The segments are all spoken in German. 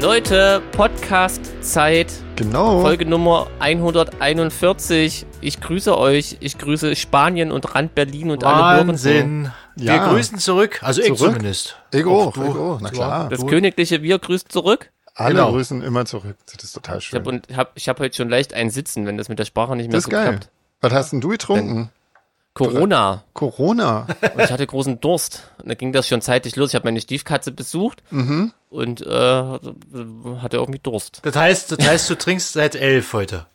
Leute, Podcast-Zeit. Genau. Folge Nummer 141. Ich grüße euch. Ich grüße Spanien und Rand Berlin und alle Wurzeln. Wahnsinn. Wir Ja. grüßen zurück. Also ich Zurück? zumindest. Ich auch, Auch ich auch, na Du klar. Das königliche Wir grüßt zurück. Alle Genau. grüßen immer zurück. Das ist total Ich schön. habe hab, ich hab heute schon leicht ein Sitzen, wenn das mit der Sprache nicht mehr das ist so geil. klappt. Was hast denn du getrunken? Corona. Corona. Und ich hatte großen Durst. Und da ging das schon zeitig los. Ich habe meine Stiefkatze besucht mhm. und äh, hatte irgendwie Durst. Das heißt, das heißt, du trinkst seit elf heute.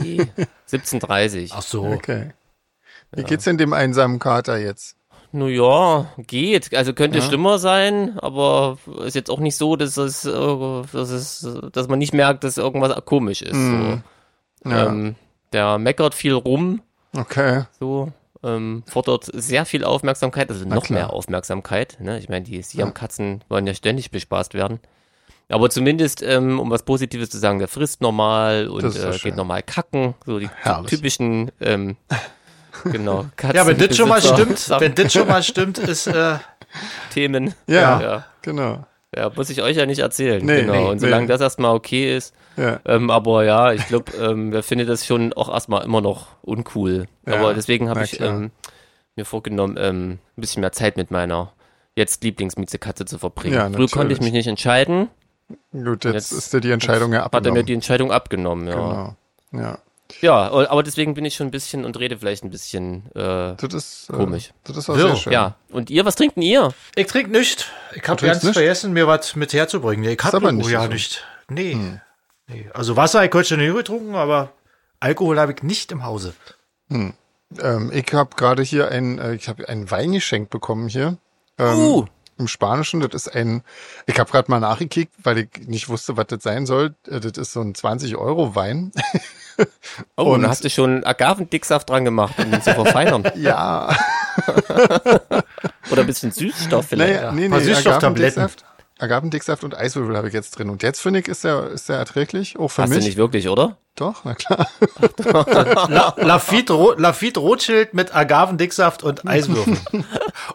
Nee. 17.30. Ach so. Okay. Wie geht's denn dem einsamen Kater jetzt? Naja, geht. Also könnte schlimmer sein, aber ist jetzt auch nicht so, dass es, äh, dass es, äh, dass man nicht merkt, dass irgendwas komisch ist. So. Ja. Ähm, der meckert viel rum, Okay. so, ähm, fordert sehr viel Aufmerksamkeit, also noch klar. mehr Aufmerksamkeit. Ne? Ich meine, die Siam-Katzen wollen ja ständig bespaßt werden. Aber zumindest, ähm, um was Positives zu sagen, der frisst normal und Das ist doch äh, schön. geht normal kacken. So die Herrlich. typischen, ähm, genau, Katzen. Ja, wenn das schon mal Besitzer- stimmt, wenn das schon mal stimmt, ist äh, Themen. Ja. ja. Genau. Ja, muss ich euch ja nicht erzählen. Nee, genau. nee, und solange nee. das erstmal okay ist. Ja. Ähm, aber ja, ich glaube, ähm, wer findet das schon auch erstmal immer noch uncool. Ja, aber deswegen na habe ich klar. ähm, mir vorgenommen, ähm, ein bisschen mehr Zeit mit meiner jetzt Lieblingsmiezekatze zu verbringen. Ja, Früher konnte natürlich. ich mich nicht entscheiden, Gut, jetzt, Jetzt- ist dir die Entscheidung ja hat er mir abgenommen. die Entscheidung abgenommen. Ja. Genau. Ja. ja, o- aber deswegen bin ich schon ein bisschen und rede vielleicht ein bisschen. Äh, Das ist äh, Komisch. Das ist auch Wirr. sehr schön. ja, und ihr, was trinkt denn ihr? ich trink nicht. Ich habe Du trinkst ganz nicht? vergessen, mir was mit herzubringen. Ich Ist habe aber nicht ja so. Hm. nicht. Nee. nee. Also Wasser, ich heute schon nicht getrunken, aber Alkohol habe ich nicht im Hause. Ähm, ich habe gerade hier ein, äh, ich habe ein Wein geschenkt bekommen hier. Ähm, Uh. Im Spanischen, das ist ein, ich habe gerade mal nachgekickt, weil ich nicht wusste, was das sein soll. Äh, Das ist so ein 20-Euro-Wein. Oh, Und- da hast du schon Agavendicksaft dran gemacht, um ihn zu verfeinern. ja. Oder ein bisschen Süßstoff vielleicht. Naja, nee, Ein paar nee, Süßstofftabletten. Agavendicksaft, Agavendicksaft und Eiswürfel habe ich jetzt drin. Und jetzt finde ich, ist der, ist der erträglich. Auch für Hast mich. du nicht wirklich, oder? Doch, na klar. La, Lafitte, Ro, Lafitte Rothschild mit Agavendicksaft und Eiswürfeln.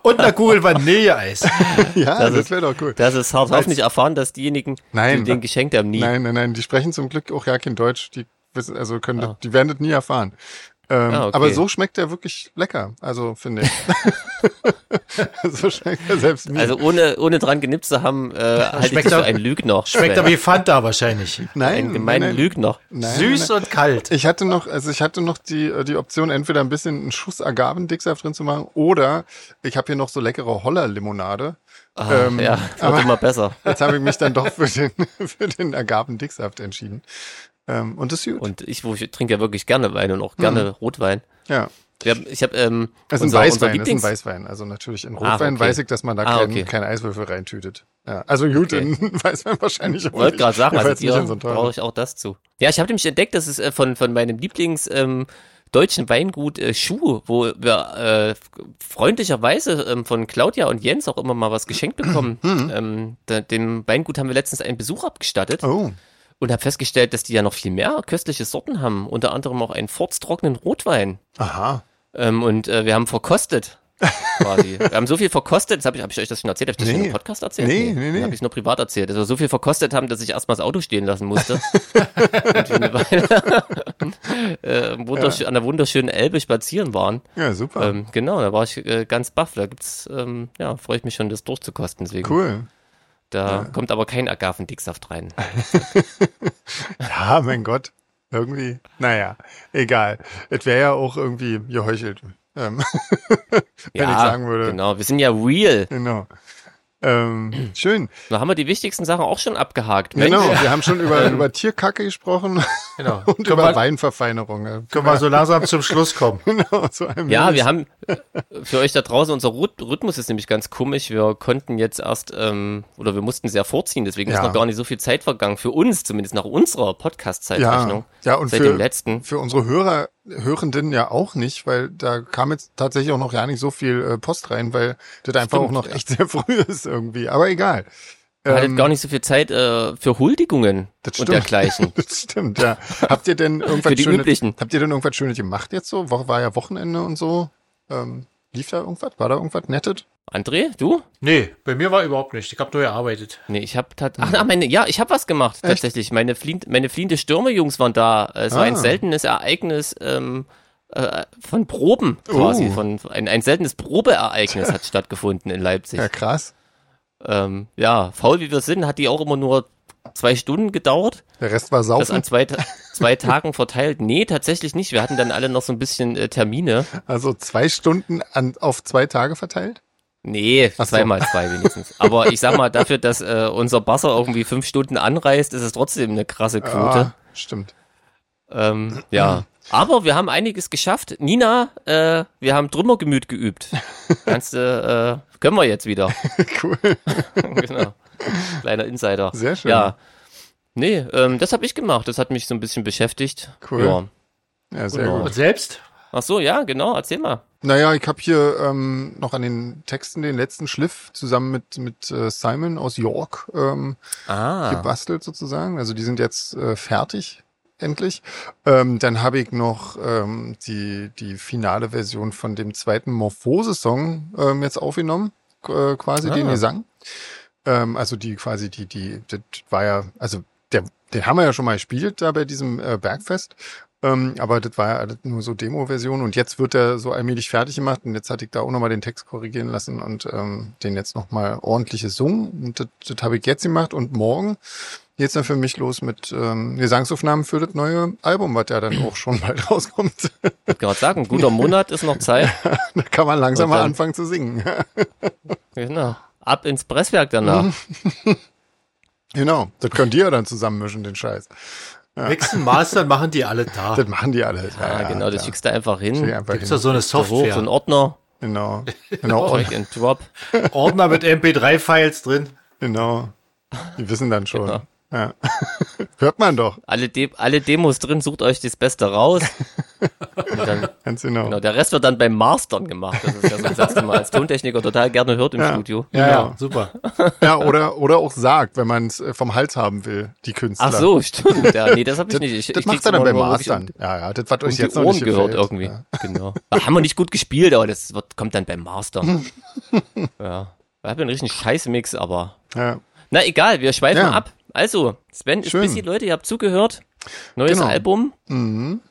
und einer Kugel Vanilleeis. ja, das, ist- wäre doch cool. Das ist hart. Hoffentlich erfahren, dass diejenigen, Nein. die den geschenkt haben, nie. Nein, nein, nein, die sprechen zum Glück auch ja kein Deutsch. Die wissen, also können, das, die werden das nie erfahren. Ähm, Ah, okay. Aber so schmeckt er wirklich lecker. Also, finde ich. so schmeckt er selbst mir. Also ohne, ohne dran genippt zu haben, äh, halte ich Schmeckt dich für er- einen Lügner. Schmeckt Sven. aber wie Fanta wahrscheinlich. nein, einen gemeinen nein, nein. Lügner. Nein, Süß nein. und kalt. Ich hatte noch, also ich hatte noch die, äh, die Option, entweder ein bisschen einen Schuss Agavendicksaft drin zu machen oder ich habe hier noch so leckere Holler-Limonade. Ähm, Ah, ja, das wird aber- immer besser. Jetzt habe ich mich dann doch für den, für den Agavendicksaft entschieden. Ähm, und das ist gut. Und ich, wo ich trinke ja wirklich gerne Wein und auch gerne Rotwein. ja. Wir haben, ich habe ähm, Hm. Es ist unser, unser ein Weißwein, es ist ein Lieblings Weißwein. Also natürlich in Ach, Rotwein okay. weiß ich, dass man da Ah, keinen okay. keinen Eiswürfel reintütet. Ja, also gut, Okay. in Weißwein wahrscheinlich auch wollte gerade sagen, Jedenfalls also nicht dir in so einen teuren. brauche ich auch das zu. Ja, ich habe nämlich entdeckt, dass es äh, von, von meinem Lieblings ähm, deutschen Weingut äh, Schuh, wo wir äh, freundlicherweise ähm, von Claudia und Jens auch immer mal was geschenkt bekommen. Hm. ähm, da, dem Weingut haben wir letztens einen Besuch abgestattet Oh, und habe festgestellt, dass die ja noch viel mehr köstliche Sorten haben. Unter anderem auch einen furztrockenen Rotwein. aha. Ähm, und äh, wir haben verkostet. Quasi. Wir haben so viel verkostet, das habe ich, hab ich euch das schon erzählt, habe ich das schon Nee. im Podcast erzählt? Nee, nee, nee. Habe ich nur privat erzählt. Also so viel verkostet haben, dass ich erstmal das Auto stehen lassen musste. Und wir eine Weile- äh, wundersch- An der wunderschönen Elbe spazieren waren. Ja, super. Ähm, genau, da war ich äh, ganz baff. Da gibt's, ähm, ja, freue ich mich schon, das durchzukosten. Deswegen. Cool. Da kommt aber kein Agavendicksaft rein. Ja, mein Gott. Irgendwie, naja, egal. Es wäre ja auch irgendwie geheuchelt, ähm, wenn ich sagen würde. Genau. Genau, wir sind ja real. Ähm, schön. Da haben wir die wichtigsten Sachen auch schon abgehakt. Mensch, Ähm. Genau, wir haben schon über, über Tierkacke gesprochen Genau. und Können über wir, Weinverfeinerung. ja. können wir so langsam zum Schluss kommen. Genau, so einem Ja, wir haben äh, für euch da draußen, unser Rhyth- Rhythmus ist nämlich ganz komisch. Wir konnten jetzt erst, ähm, oder wir mussten sehr vorziehen, deswegen Ja. ist noch gar nicht so viel Zeit vergangen. Für uns zumindest nach unserer Podcast-Zeitrechnung. Ja, ja und Seit für, dem letzten. für unsere Hörer, Hörenden ja auch nicht, weil da kam jetzt tatsächlich auch noch gar nicht so viel äh, Post rein, weil das einfach auch noch echt sehr früh ist irgendwie. Aber egal. Wir hattet Ähm, gar nicht so viel Zeit äh, für Huldigungen Das und stimmt. dergleichen. Das stimmt, ja. Habt ihr denn irgendwas Für die Schönes, üblichen. Habt ihr denn irgendwas Schönes gemacht jetzt so? Wo- War ja Wochenende und so. Ähm, lief da irgendwas? War da irgendwas nettet? André, du? Nee, bei mir war überhaupt nicht. Ich habe nur gearbeitet. Nee, ich habe tatsächlich. Ach, meine, ja, ich habe was gemacht, tatsächlich. Meine, flieht, meine fliehende Stürme-Jungs waren da. Äh, Es war ein Ah. seltenes Ereignis ähm, äh, von Proben quasi. Oh. Von, ein, ein seltenes Probeereignis hat stattgefunden in Leipzig. Ja, krass. Ähm, ja, faul wie wir sind, hat die auch immer nur zwei Stunden gedauert. Der Rest war Das an saufen. zwei, Ta- zwei Tagen verteilt. Nee, tatsächlich nicht. Wir hatten dann alle noch so ein bisschen äh, Termine. Also zwei Stunden an, auf zwei Tage verteilt. Nee, Ach so. zweimal zwei wenigstens. Aber ich sag mal, dafür, dass äh, unser Basser irgendwie fünf Stunden anreist, ist es trotzdem eine krasse Quote. Ah, stimmt. Ähm, ja. Aber wir haben einiges geschafft. Nina, äh, wir haben Trümmergemüt geübt. Kannst du, äh, können wir jetzt wieder. Cool. genau. Kleiner Insider. Sehr schön. Ja. Nee, ähm, das habe ich gemacht. Das hat mich so ein bisschen beschäftigt. Cool. Ja. Ja, sehr Genau. gut. Und selbst? Ach so, ja, genau. Erzähl mal. Naja, ich habe hier ähm, noch an den Texten den letzten Schliff zusammen mit, mit äh, Simon aus York ähm, Ah. gebastelt sozusagen. Also die sind jetzt äh, fertig, endlich. Ähm, dann habe ich noch ähm, die, die finale Version von dem zweiten Morphose-Song ähm, jetzt aufgenommen, äh, quasi den Ah. Gesang. Ähm, also die quasi, die, die, das war ja, also der, den haben wir ja schon mal gespielt da bei diesem äh, Bergfest. Ähm, aber das war ja alles nur so Demo-Version und jetzt wird er so allmählich fertig gemacht und jetzt hatte ich da auch nochmal den Text korrigieren lassen und ähm, den jetzt nochmal ordentlich gesungen und das, das habe ich jetzt gemacht und morgen geht's dann für mich los mit ähm, Gesangsaufnahmen für das neue Album, was ja dann auch schon bald rauskommt. Ich wollte gerade sagen, guter Monat ist noch Zeit. da kann man Und langsam mal dann- anfangen zu singen. Genau. Ab ins Presswerk Mhm. danach. genau, das könnt ihr ja dann zusammenmischen, den Scheiß. Mixen, Mastern machen die alle da. Das machen die alle. Ah, genau, das schickst schickst du einfach du hin. einfach Gibt's da hin. so eine So hoch, so ein Software? Ordner, Genau, genau, Click and Drop. Ordner mit MP3-Files drin. genau. Die wissen dann schon. Genau. Ja. Hört man doch, Alle, De alle Demos drin, sucht euch das Beste raus. Und dann, ganz genau. genau, der Rest wird dann beim Mastern gemacht. Das ist ja so das erste Mal als Tontechniker total gerne hört im Studio. Ja, Genau. ja, super. Ja, oder, oder auch sagt, wenn man es vom Hals haben will, die Künstler. Ach so, stimmt. Ja, nee, das habe ich Das, nicht. Ich, das ich macht krieg's er dann immer beim nur wirklich Mastern. Ja, ja, das, was Um, euch um jetzt die noch Ohren nicht gefällt. gehört irgendwie. Ja. Genau. Da haben wir nicht gut gespielt, aber das wird, kommt dann beim Mastern. ja. Ich habe einen richtigen Scheißmix, aber. Ja. Na egal, wir schweifen Ja. ab. Also, Sven ist Schön. busy, Leute, ihr habt zugehört. Neues Genau. Mhm. Album.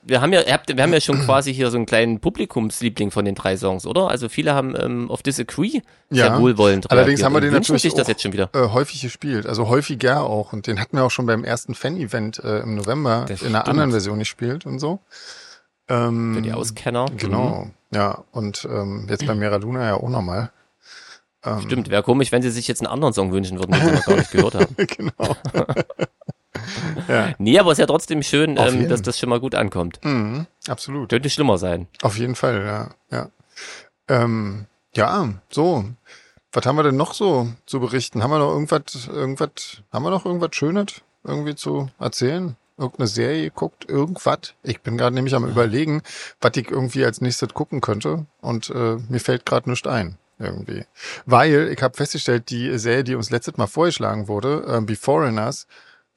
Wir haben ja, ihr habt, wir haben ja schon quasi hier so einen kleinen Publikumsliebling von den drei Songs, oder? Also viele haben ähm, auf Disagree sehr Ja. wohlwollend Allerdings haben wir und den wünschen natürlich sich das auch, jetzt schon wieder. Äh, häufig gespielt, also häufiger auch. Und den hatten wir auch schon beim ersten Fan-Event äh, im November Das in einer stimmt. anderen Version gespielt und so. Ähm, Für die Auskenner. Mhm. Genau, ja. Und ähm, jetzt bei Mera Luna ja auch nochmal. Ähm, Stimmt, wäre komisch, wenn sie sich jetzt einen anderen Song wünschen würden, den wir noch gar nicht gehört haben. genau. ja. Nee, aber es ist ja trotzdem schön, Auf ähm, jeden. dass das schon mal gut ankommt. Mhm, absolut. Könnte schlimmer sein. Auf jeden Fall, ja. Ja, ähm, ja so. Was haben wir denn noch so zu berichten? Haben wir noch irgendwas, irgendwas, haben wir noch irgendwas Schönes irgendwie zu erzählen? Irgendeine Serie guckt, irgendwas? Ich bin gerade nämlich am überlegen, was ich irgendwie als nächstes gucken könnte und äh, mir fällt gerade nichts ein. Irgendwie. Weil ich habe festgestellt, die Serie, die uns letztes Mal vorgeschlagen wurde, ähm, Beforeigners,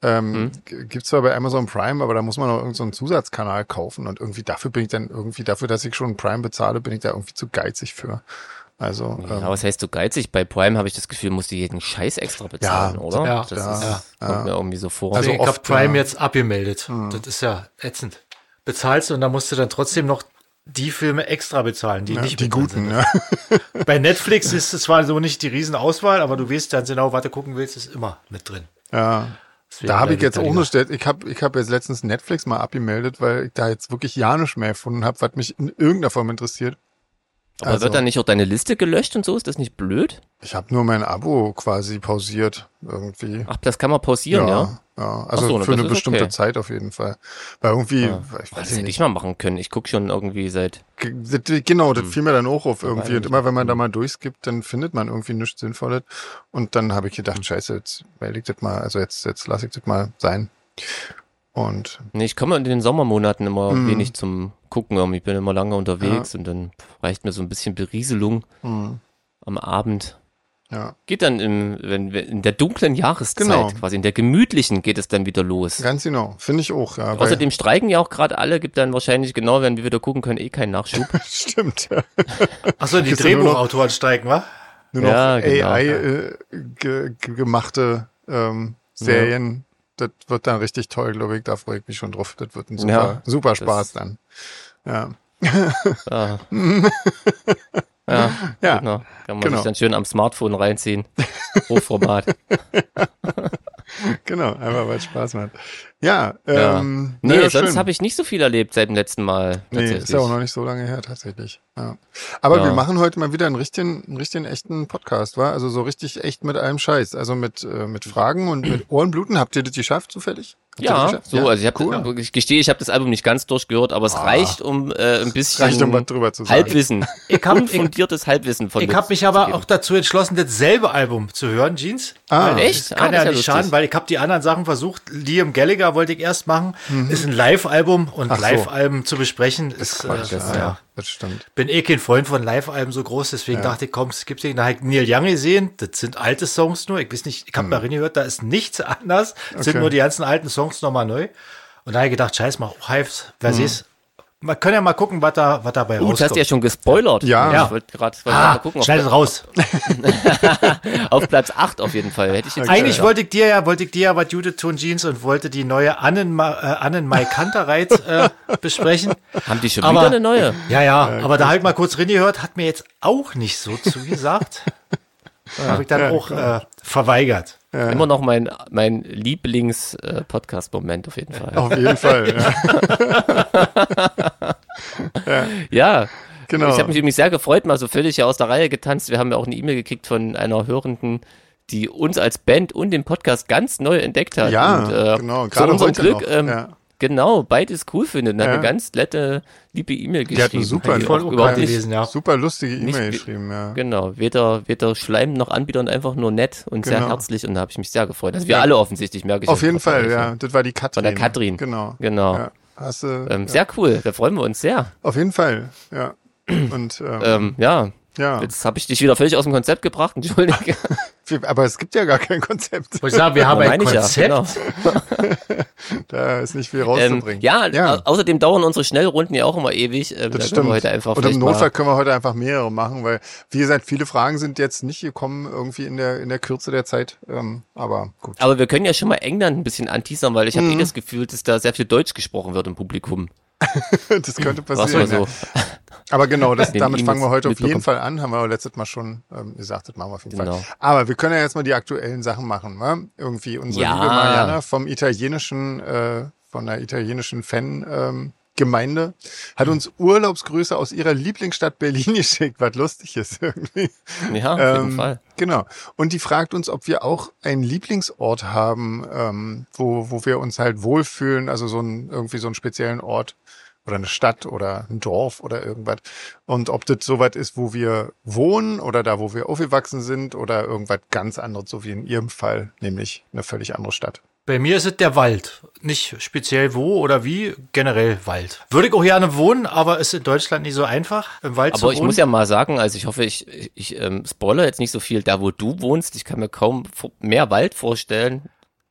ähm, g- gibt's zwar bei Amazon Prime, aber da muss man auch irgendeinen so einen Zusatzkanal kaufen und irgendwie dafür bin ich dann irgendwie, dafür, dass ich schon Prime bezahle, bin ich da irgendwie zu geizig für. Also, Ja, ähm, was heißt so geizig? Bei Prime habe ich das Gefühl, musst du jeden Scheiß extra bezahlen, Ja, oder? ja, das ja, ist, ja. kommt mir irgendwie so vor. Also Also ich habe oft, Prime ja. Mhm. jetzt abgemeldet. Das ist ja ätzend. Bezahlst du und dann musst du dann trotzdem noch die Filme extra bezahlen, die ja, nicht Ne? die mit drin guten, sind. ja. Bei Netflix ist es zwar so nicht die Riesenauswahl, aber du weißt ganz genau, was du gucken willst, ist immer mit drin. ja. Deswegen Da habe ich bleibt jetzt da auch lieber. noch, ich habe ich hab jetzt letztens Netflix mal abgemeldet, weil ich da jetzt wirklich ja nicht mehr gefunden habe, was mich in irgendeiner Form interessiert. Aber also- wird dann nicht auch deine Liste gelöscht und so? Ist das nicht blöd? Ich habe nur mein Abo quasi pausiert irgendwie. Ach, das kann man pausieren, ja? ja. ja. Also Ach so, na, für das eine ist bestimmte okay. Zeit auf jeden Fall. Weil irgendwie, ich Oh, das weiß hätte nicht, ich mal machen können. Ich gucke schon irgendwie seit. G- das- Genau, das fiel mir dann auch auf irgendwie. Und nicht. immer wenn man da mal durchskippt, dann findet man irgendwie nichts Sinnvolles. Und dann habe ich gedacht, scheiße, jetzt melde ich das mal, also jetzt, jetzt lasse ich das mal sein. Und Nee, ich komme in den Sommermonaten immer Mhm. wenig zum Gucken. irgendwie. Ich bin immer lange unterwegs und dann reicht mir so ein bisschen Berieselung Mhm. am Abend. ja, Geht dann im, wenn wir in der dunklen Jahreszeit Genau. quasi, in der gemütlichen geht es dann wieder los. ganz genau. Finde ich auch, ja. weil- Außerdem streiken ja auch gerade alle, gibt dann wahrscheinlich genau, wenn wir wieder gucken können, eh keinen Nachschub. stimmt, ja. Ach so, die Kriegst du nur noch- Drehbuchautoren steigen, wa? nur noch Ja, genau. AI äh, ge ge gemachte ähm, Serien. Das wird dann richtig toll, glaube ich. Da freue ich mich schon drauf. Das wird ein super, Ja, super Spaß dann. Ja. Ah. ja, Ja. genau. Kann man Genau. sich dann schön am Smartphone reinziehen. Hochformat. Genau, einfach weil es Spaß macht. Ja, Ja. ähm, Nee, naja, sonst schön. habe ich nicht so viel erlebt seit dem letzten Mal. Nee, tatsächlich. ist ja auch noch nicht so lange her, tatsächlich. Ja. Aber Ja. wir machen heute mal wieder einen richtigen, einen richtigen echten Podcast, war? Also so richtig echt mit allem Scheiß. Also mit, äh, mit Fragen und mit Ohrenbluten. Habt ihr das geschafft, zufällig? Habt ihr das ja, geschafft? so, also ich, hab, ich gestehe, ich habe das Album nicht ganz durchgehört, aber es reicht, um äh, ein bisschen Ah. Reicht, um was drüber zu sagen. Halbwissen. Ich hab- Unfundiertes Halbwissen von Ich habe mich aber auch dazu entschlossen, dasselbe Album zu hören, Jeans. Ah. Weil Echt? Das kann Ah, das ja ist ja nicht lustig. schaden, weil ich habe die anderen Sachen versucht. Liam Gallagher wollte ich erst machen. Ist ein Live-Album und Mhm. so. Live-Alben zu besprechen ist, Quatsch, äh, ja, ja. ja, das stimmt. Bin eh kein Freund von Live-Alben so groß, deswegen dachte ich, komm, es gibt hier nachher Neil Young gesehen. Das sind alte Songs nur. Ich weiß nicht, ich habe mal reingehört, da ist nichts anders. Sind Mhm. Okay. nur die ganzen alten Songs nochmal neu. Und da habe ich gedacht, scheiß mal, Hives, wer Mhm. sieht's? Man kann ja mal gucken, was da, was dabei Oh, das hast rauskommt. du ja schon gespoilert. Ja. Ich wollte gerade wollt grad mal ah, gucken. schneidet Auf, raus. auf Platz 8 auf jeden Fall. Hätte ich jetzt Eigentlich wollte ich dir ja, wollte ich dir ja was Judith Tone Jeans und wollte die neue Annen, Ma- äh, Annen Mai Kantereit äh, besprechen. Haben die schon Aber- wieder eine neue? Ja, ja, aber da habe ich mal kurz reingehört, hat mir jetzt auch nicht so zugesagt. habe ich dann auch äh, verweigert. Immer noch mein, mein Lieblings-Podcast-Moment auf jeden Fall. Auf jeden Fall, ja. Ja. Genau. Ich habe mich übrigens sehr gefreut, mal so völlig hier aus der Reihe getanzt. Wir haben ja auch eine E-Mail gekriegt von einer Hörenden, die uns als Band und den Podcast ganz neu entdeckt hat. Ja, und, äh, genau, zu gerade unserem heute Glück, noch, ähm, ja. genau, beides cool findet. Und Hat Ja. eine ganz nette, liebe E-Mail geschrieben. Die hat eine super, die voll auch okay überhaupt nicht, gelesen, ja. super lustige nicht- E-Mail geschrieben, ja. Genau, weder, weder Schleim noch Anbieter und einfach nur nett und sehr Genau. herzlich. Und da habe ich mich sehr gefreut. Also wir alle offensichtlich, merke ich. Auf jeden jetzt gerade. Fall, ja. Das war die Katrin. Von der Katrin. Genau. Genau. Ja. Hast du, Ähm, Sehr cool, da freuen wir uns sehr. auf jeden Fall, ja. Und, ähm, Ähm, ja, ja. jetzt habe ich dich wieder völlig aus dem Konzept gebracht, entschuldige. Wir- Aber es gibt ja gar kein Konzept. Muss ich sagen, wir haben ein Meine ich Konzept. Ja, genau. Da ist nicht viel Ähm, rauszubringen. ja, au- außerdem dauern unsere Schnellrunden ja auch immer ewig. Ähm, da Das können stimmt. wir heute einfach und im vielleicht mal- Notfall können wir heute einfach mehrere machen, weil, wie gesagt, viele Fragen sind jetzt nicht gekommen, irgendwie in der, in der Kürze der Zeit. Ähm, aber gut. Aber wir können ja schon mal England ein bisschen anteasern, weil ich habe Mhm. eh das Gefühl, dass da sehr viel Deutsch gesprochen wird im Publikum. Das könnte Was mal passieren. so. Ja. Aber genau, das, Den damit fangen wir E-Mails heute auf jeden mitbekommen. Fall an. Haben wir auch letztes Mal schon ähm, gesagt, das machen wir auf jeden Genau. Fall. Aber wir können ja jetzt mal die aktuellen Sachen machen. Wa? Irgendwie unsere Ja. liebe Mariana vom italienischen, äh, von der italienischen Fan. Ähm, Gemeinde hat uns Urlaubsgrüße aus ihrer Lieblingsstadt Berlin geschickt, was lustig ist irgendwie. Ja, auf jeden Ähm, Fall. Genau. Und die fragt uns, ob wir auch einen Lieblingsort haben, ähm, wo, wo wir uns halt wohlfühlen, also so ein, irgendwie so einen speziellen Ort oder eine Stadt oder ein Dorf oder irgendwas. Und ob das sowas ist, wo wir wohnen oder da, wo wir aufgewachsen sind oder irgendwas ganz anderes, so wie in ihrem Fall, nämlich eine völlig andere Stadt. Bei mir ist es der Wald. Nicht speziell wo oder wie, generell Wald. Würde ich auch gerne wohnen, aber ist in Deutschland nicht so einfach, im Wald zu Aber wohnen. ich muss ja mal sagen, also ich hoffe, ich, ich ähm, spoiler jetzt nicht so viel. Da, wo du wohnst, ich kann mir kaum vor- mehr Wald vorstellen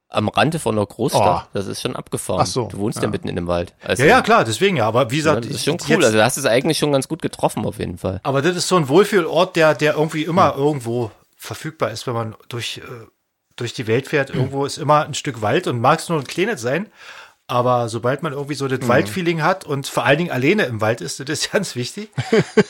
am Rande von einer Großstadt. Oh. Das ist schon abgefahren. Ach so, Du wohnst ja, ja. mitten in dem Wald. Also, ja, ja, klar, deswegen ja. Aber wie gesagt, Das ich- ist schon jetzt- cool. Also da hast du es eigentlich schon ganz gut getroffen auf jeden Fall. Aber das ist so ein Wohlfühlort, der, der irgendwie immer irgendwo verfügbar ist, wenn man durch, äh, durch die Welt fährt. Irgendwo ist immer ein Stück Wald und mag es nur ein kleines sein. Aber sobald man irgendwie so das Mhm. Waldfeeling hat und vor allen Dingen alleine im Wald ist, das ist ganz wichtig,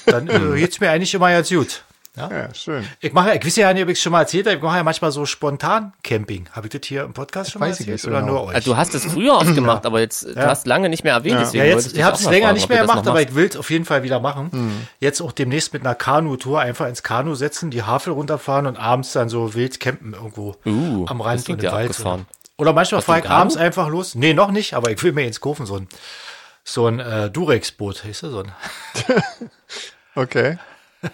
dann äh, Mhm. geht's mir eigentlich immer ganz gut. Ja? Ja, schön. Ich mache, ich weiß ja nicht, ob ich es schon mal erzählt habe, ich mache ja manchmal so spontan Camping. Habe ich das hier im Podcast schon mal weiß ich erzählt nicht so oder genau. nur euch? Also, du hast es früher oft gemacht, aber jetzt du hast lange nicht mehr erwähnt. Deswegen Ja, wollte jetzt, dich ich habe auch es mal länger fragen, nicht ob du mehr das noch Hm. gemacht, aber machst. ich will es auf jeden Fall wieder machen. Jetzt auch demnächst mit einer Kanu-Tour einfach ins Kanu setzen, die Havel runterfahren und abends dann so wild campen irgendwo Uh, am das Rand klingt und im ja Wald. abgefahren. Oder manchmal fahre ich Kanu? abends einfach los. Nee, noch nicht, aber ich will mir ins Kofen so ein, so ein äh, Durex-Boot, heißt das so ein. Okay.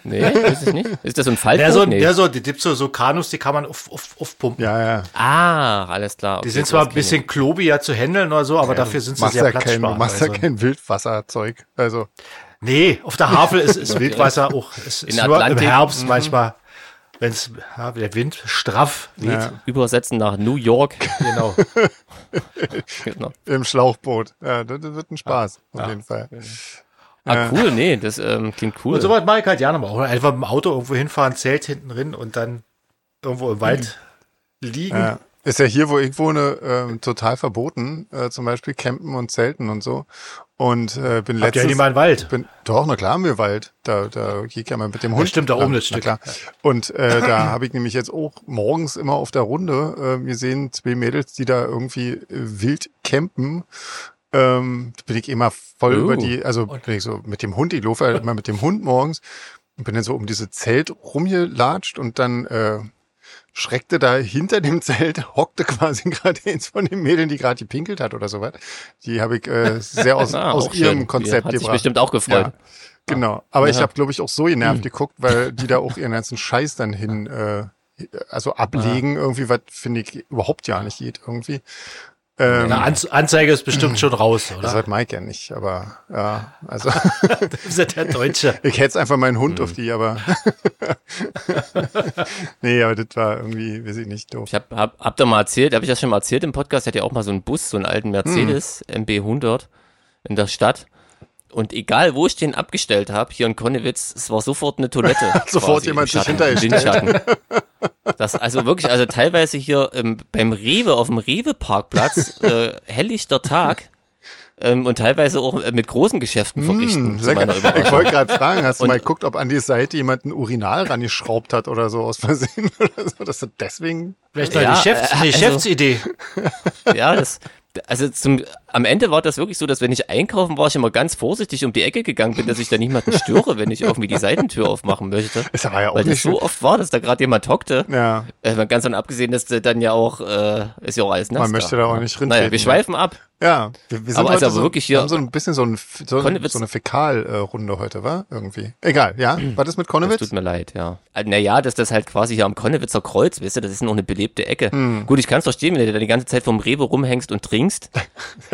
Nee, weiß ich nicht. Ist das so ein Fall? Der so, nee. der so, die gibt so, so Kanus, die kann man auf, auf, aufpumpen. Ja, ja. Ah, alles klar. Die sind zwar ein bisschen klobiger zu handeln oder so, aber dafür sind sie machst sehr ja kein, du platzsparend. machst ja also. kein Wildwasserzeug. Also, Nee, auf der Havel ist, ist Wildwasser auch. Es ist In nur Atlantik. Mhm. im Herbst manchmal, wenn es ja, der Wind straff weht. ja, Übersetzen nach New York. Genau. genau. im Schlauchboot. Ja, das, das wird ein Spaß, auf jeden Fall. Ah, cool, nee, das ähm, klingt cool. Und sowas mache ich halt gerne mal. Oder einfach mit dem Auto irgendwo hinfahren, Zelt hinten drin und dann irgendwo im Wald Mhm. liegen. Ja. Äh, Ist ja hier, wo ich wohne, ähm, total verboten, äh, zum Beispiel Campen und Zelten und so. Und äh, bin Habt ihr ja letztens. nicht mal einen Wald? bin, doch, na klar haben wir Wald. Da, da geht ja mal mit dem Hund. stimmt, da Na- oben das na Stück. Klar. Und äh, da habe ich nämlich jetzt auch morgens immer auf der Runde äh, gesehen, zwei Mädels, die da irgendwie äh, wild campen. Ähm, da bin ich immer voll Uh. über die, also bin ich so mit dem Hund, ich laufe halt immer mit dem Hund morgens und bin dann so um diese Zelt rumgelatscht und dann äh, schreckte da hinter dem Zelt, hockte quasi gerade eins von den Mädeln, die gerade gepinkelt hat oder sowas. Die habe ich äh, sehr aus, Ah, aus auch ihrem schön. Konzept Hat sich gebracht. bestimmt auch gefreut. Ja, genau. Aber ich Ja. Hm. habe, glaube ich, auch so genervt geguckt, weil die da auch ihren ganzen Scheiß dann hin, äh, also ablegen, irgendwie, was finde ich überhaupt ja nicht geht, irgendwie. Ähm, Na, Anz Anzeige ist Mhm. bestimmt schon raus, oder? das Also- hat Mike ja nicht, aber ja, also Das ist ja der Deutsche. ich hätte einfach meinen Hund Hm. auf die, aber nee, aber das war irgendwie, weiß ich nicht, doof. Ich hab, hab, hab da mal erzählt, habe ich das schon mal erzählt im Podcast, hat ja auch mal so einen Bus, so einen Hm. alten Mercedes MB100 in der Stadt. Und egal, wo ich den abgestellt habe, hier in Konnewitz, es war sofort eine Toilette. Sofort quasi im jemand sich Schatten, im hinterher Windschatten. Das, also wirklich, also teilweise hier ähm, beim Rewe, auf dem Rewe-Parkplatz, äh, helllichter Tag ähm, und teilweise auch äh, mit großen Geschäften verrichten. Hm, zu meiner lecker. Ich Überraschung. wollte gerade fragen, hast du mal geguckt, ob an die Seite jemand ein Urinal rangeschraubt hat oder so aus Versehen oder so, dass du deswegen Vielleicht Ja, eine Geschäfts äh, eine also- Geschäftsidee. Ja, das, also zum, am Ende war das wirklich so, dass wenn ich einkaufen war, ich immer ganz vorsichtig um die Ecke gegangen bin, dass ich da niemanden störe, wenn ich irgendwie die Seitentür aufmachen möchte. Das war ja auch Weil das nicht so oft war, dass da gerade jemand hockte. Ja, Äh, mal ganz davon abgesehen, dass äh, dann ja auch, äh, ist ja auch alles nass. Man möchte da auch nicht rintreten, Naja, wir ne? schweifen ab. ja. Wir, wir sind Aber also heute aber so, wirklich wir hier- haben so ein bisschen so, ein, so, ein, Konnewitz- so eine Fäkal-Runde heute, war irgendwie. Egal, ja. Mhm. War das mit Das Konnewitz? tut mir leid, ja. Äh, Naja, dass das halt quasi hier am Konnewitzer Kreuz, weißt du, das ist noch eine belebte Ecke. Hm. Gut, ich kann es verstehen, wenn du da die ganze Zeit vom Rewe rumhängst und trinkst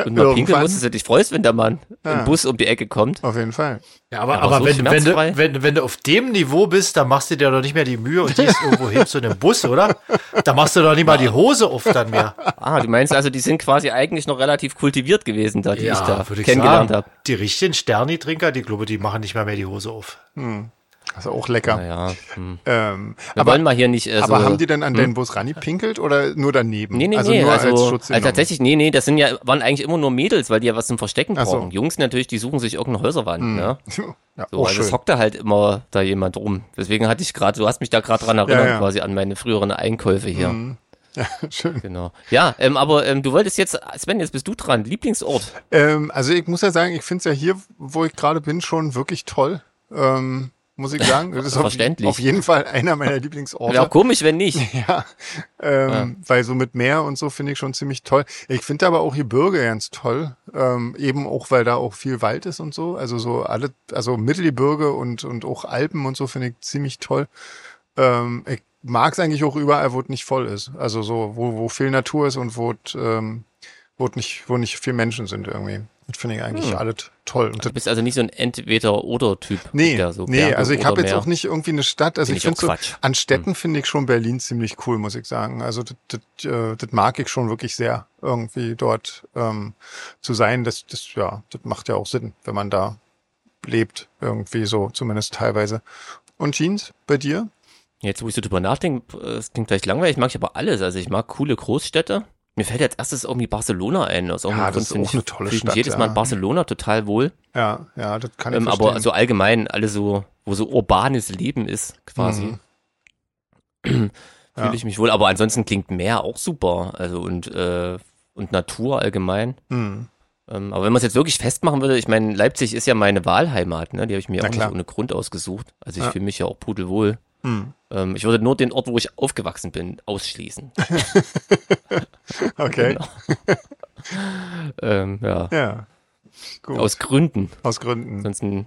und mal pinkeln Irgendwann. musst, dass du dich freust, wenn da mal ein Ja. Bus um die Ecke kommt. Auf jeden Fall. Ja, aber, Ja, aber aber so wenn, wenn, schmerzfrei. du, wenn, wenn du auf dem Niveau bist, dann machst du dir doch nicht mehr die Mühe und gehst irgendwo hin zu einem Bus, oder? Da machst du doch nicht mal die Hose auf dann mehr. Ah, du meinst also, die sind quasi eigentlich noch relativ kultiviert gewesen, da die ich da würde kennengelernt sagen, habe. Die richtigen Sterni-Trinker, die glaube, die machen nicht mal mehr die Hose auf. Also auch lecker. Naja, hm. Ähm, wir aber wollen mal hier nicht äh, aber so. haben die denn an deinen Bus rangepinkelt oder nur daneben? Nee, nee, also nee, nur also, als Schutz. also tatsächlich, nee, nee, das sind ja, waren eigentlich immer nur Mädels, weil die ja was zum Verstecken Ach so. brauchen. Jungs natürlich, die suchen sich irgendeine Häuserwand, ne? ja, So, also es auch Oh, schön. hockt da halt immer da jemand rum. Deswegen hatte ich gerade, du hast mich da gerade dran erinnert, ja. Mhm. quasi an meine früheren Einkäufe hier. schön. Genau. Ja, ähm, aber ähm, du wolltest jetzt, Sven, jetzt bist du dran, Lieblingsort. Ähm, also ich muss ja sagen, ich finde es ja hier, wo ich gerade bin, schon wirklich toll. Ähm, muss ich sagen. Das ist auf, Verständlich. auf jeden Fall einer meiner Lieblingsorte. Wäre auch komisch, wenn nicht. Ja, ähm, weil so mit Meer und so finde ich schon ziemlich toll. Ich finde aber auch Gebirge ganz toll, ähm, eben auch, weil da auch viel Wald ist und so. Also so alle, also Mittelgebirge und, und auch Alpen und so finde ich ziemlich toll. Ähm, ich mag es eigentlich auch überall, wo es nicht voll ist. Also so, wo, wo viel Natur ist und wo es ähm, wo es nicht, wo nicht viel Menschen sind irgendwie. Das finde ich eigentlich alle t- toll. Und das Du bist also nicht so ein Entweder-Oder-Typ. Nee, der so nee Berge also ich oder habe jetzt Meer. auch nicht irgendwie eine Stadt. Also Find ich ich auch finde so, Quatsch. Hm. an Städten finde ich schon Berlin ziemlich cool, muss ich sagen. Also das, das, äh, das mag ich schon wirklich sehr, irgendwie dort ähm, zu sein. Das, das, ja, das macht ja auch Sinn, wenn man da lebt, irgendwie so, zumindest teilweise. Und Jeans, bei dir? Jetzt, wo ich so drüber nachdenke, äh, es klingt vielleicht langweilig, mag ich aber alles. Also ich mag coole Großstädte. Mir fällt als erstes irgendwie Barcelona ein. Aus irgendeinem Ja, Grund das ist finde auch ich- eine tolle fühle ich mich Stadt, jedes Mal in ja. Barcelona total wohl. Ja, ja, das kann ich Ähm, verstehen. aber so allgemein, alle so, wo so urbanes Leben ist, quasi. Mhm. Fühle Ja. ich mich wohl. Aber ansonsten klingt Meer auch super. Also und, äh, und Natur allgemein. Hm. Ähm, aber wenn man es jetzt wirklich festmachen würde, ich meine, Leipzig ist ja meine Wahlheimat, ne? Die habe ich mir Na auch klar. nicht ohne Grund ausgesucht. Also ich Ja. fühle mich ja auch pudelwohl. Hm. Ähm, ich würde nur den Ort, wo ich aufgewachsen bin, ausschließen. Okay, ähm, ja. ja. Gut, aus, Ähm, Aus Gründen. Gründen. Ansonsten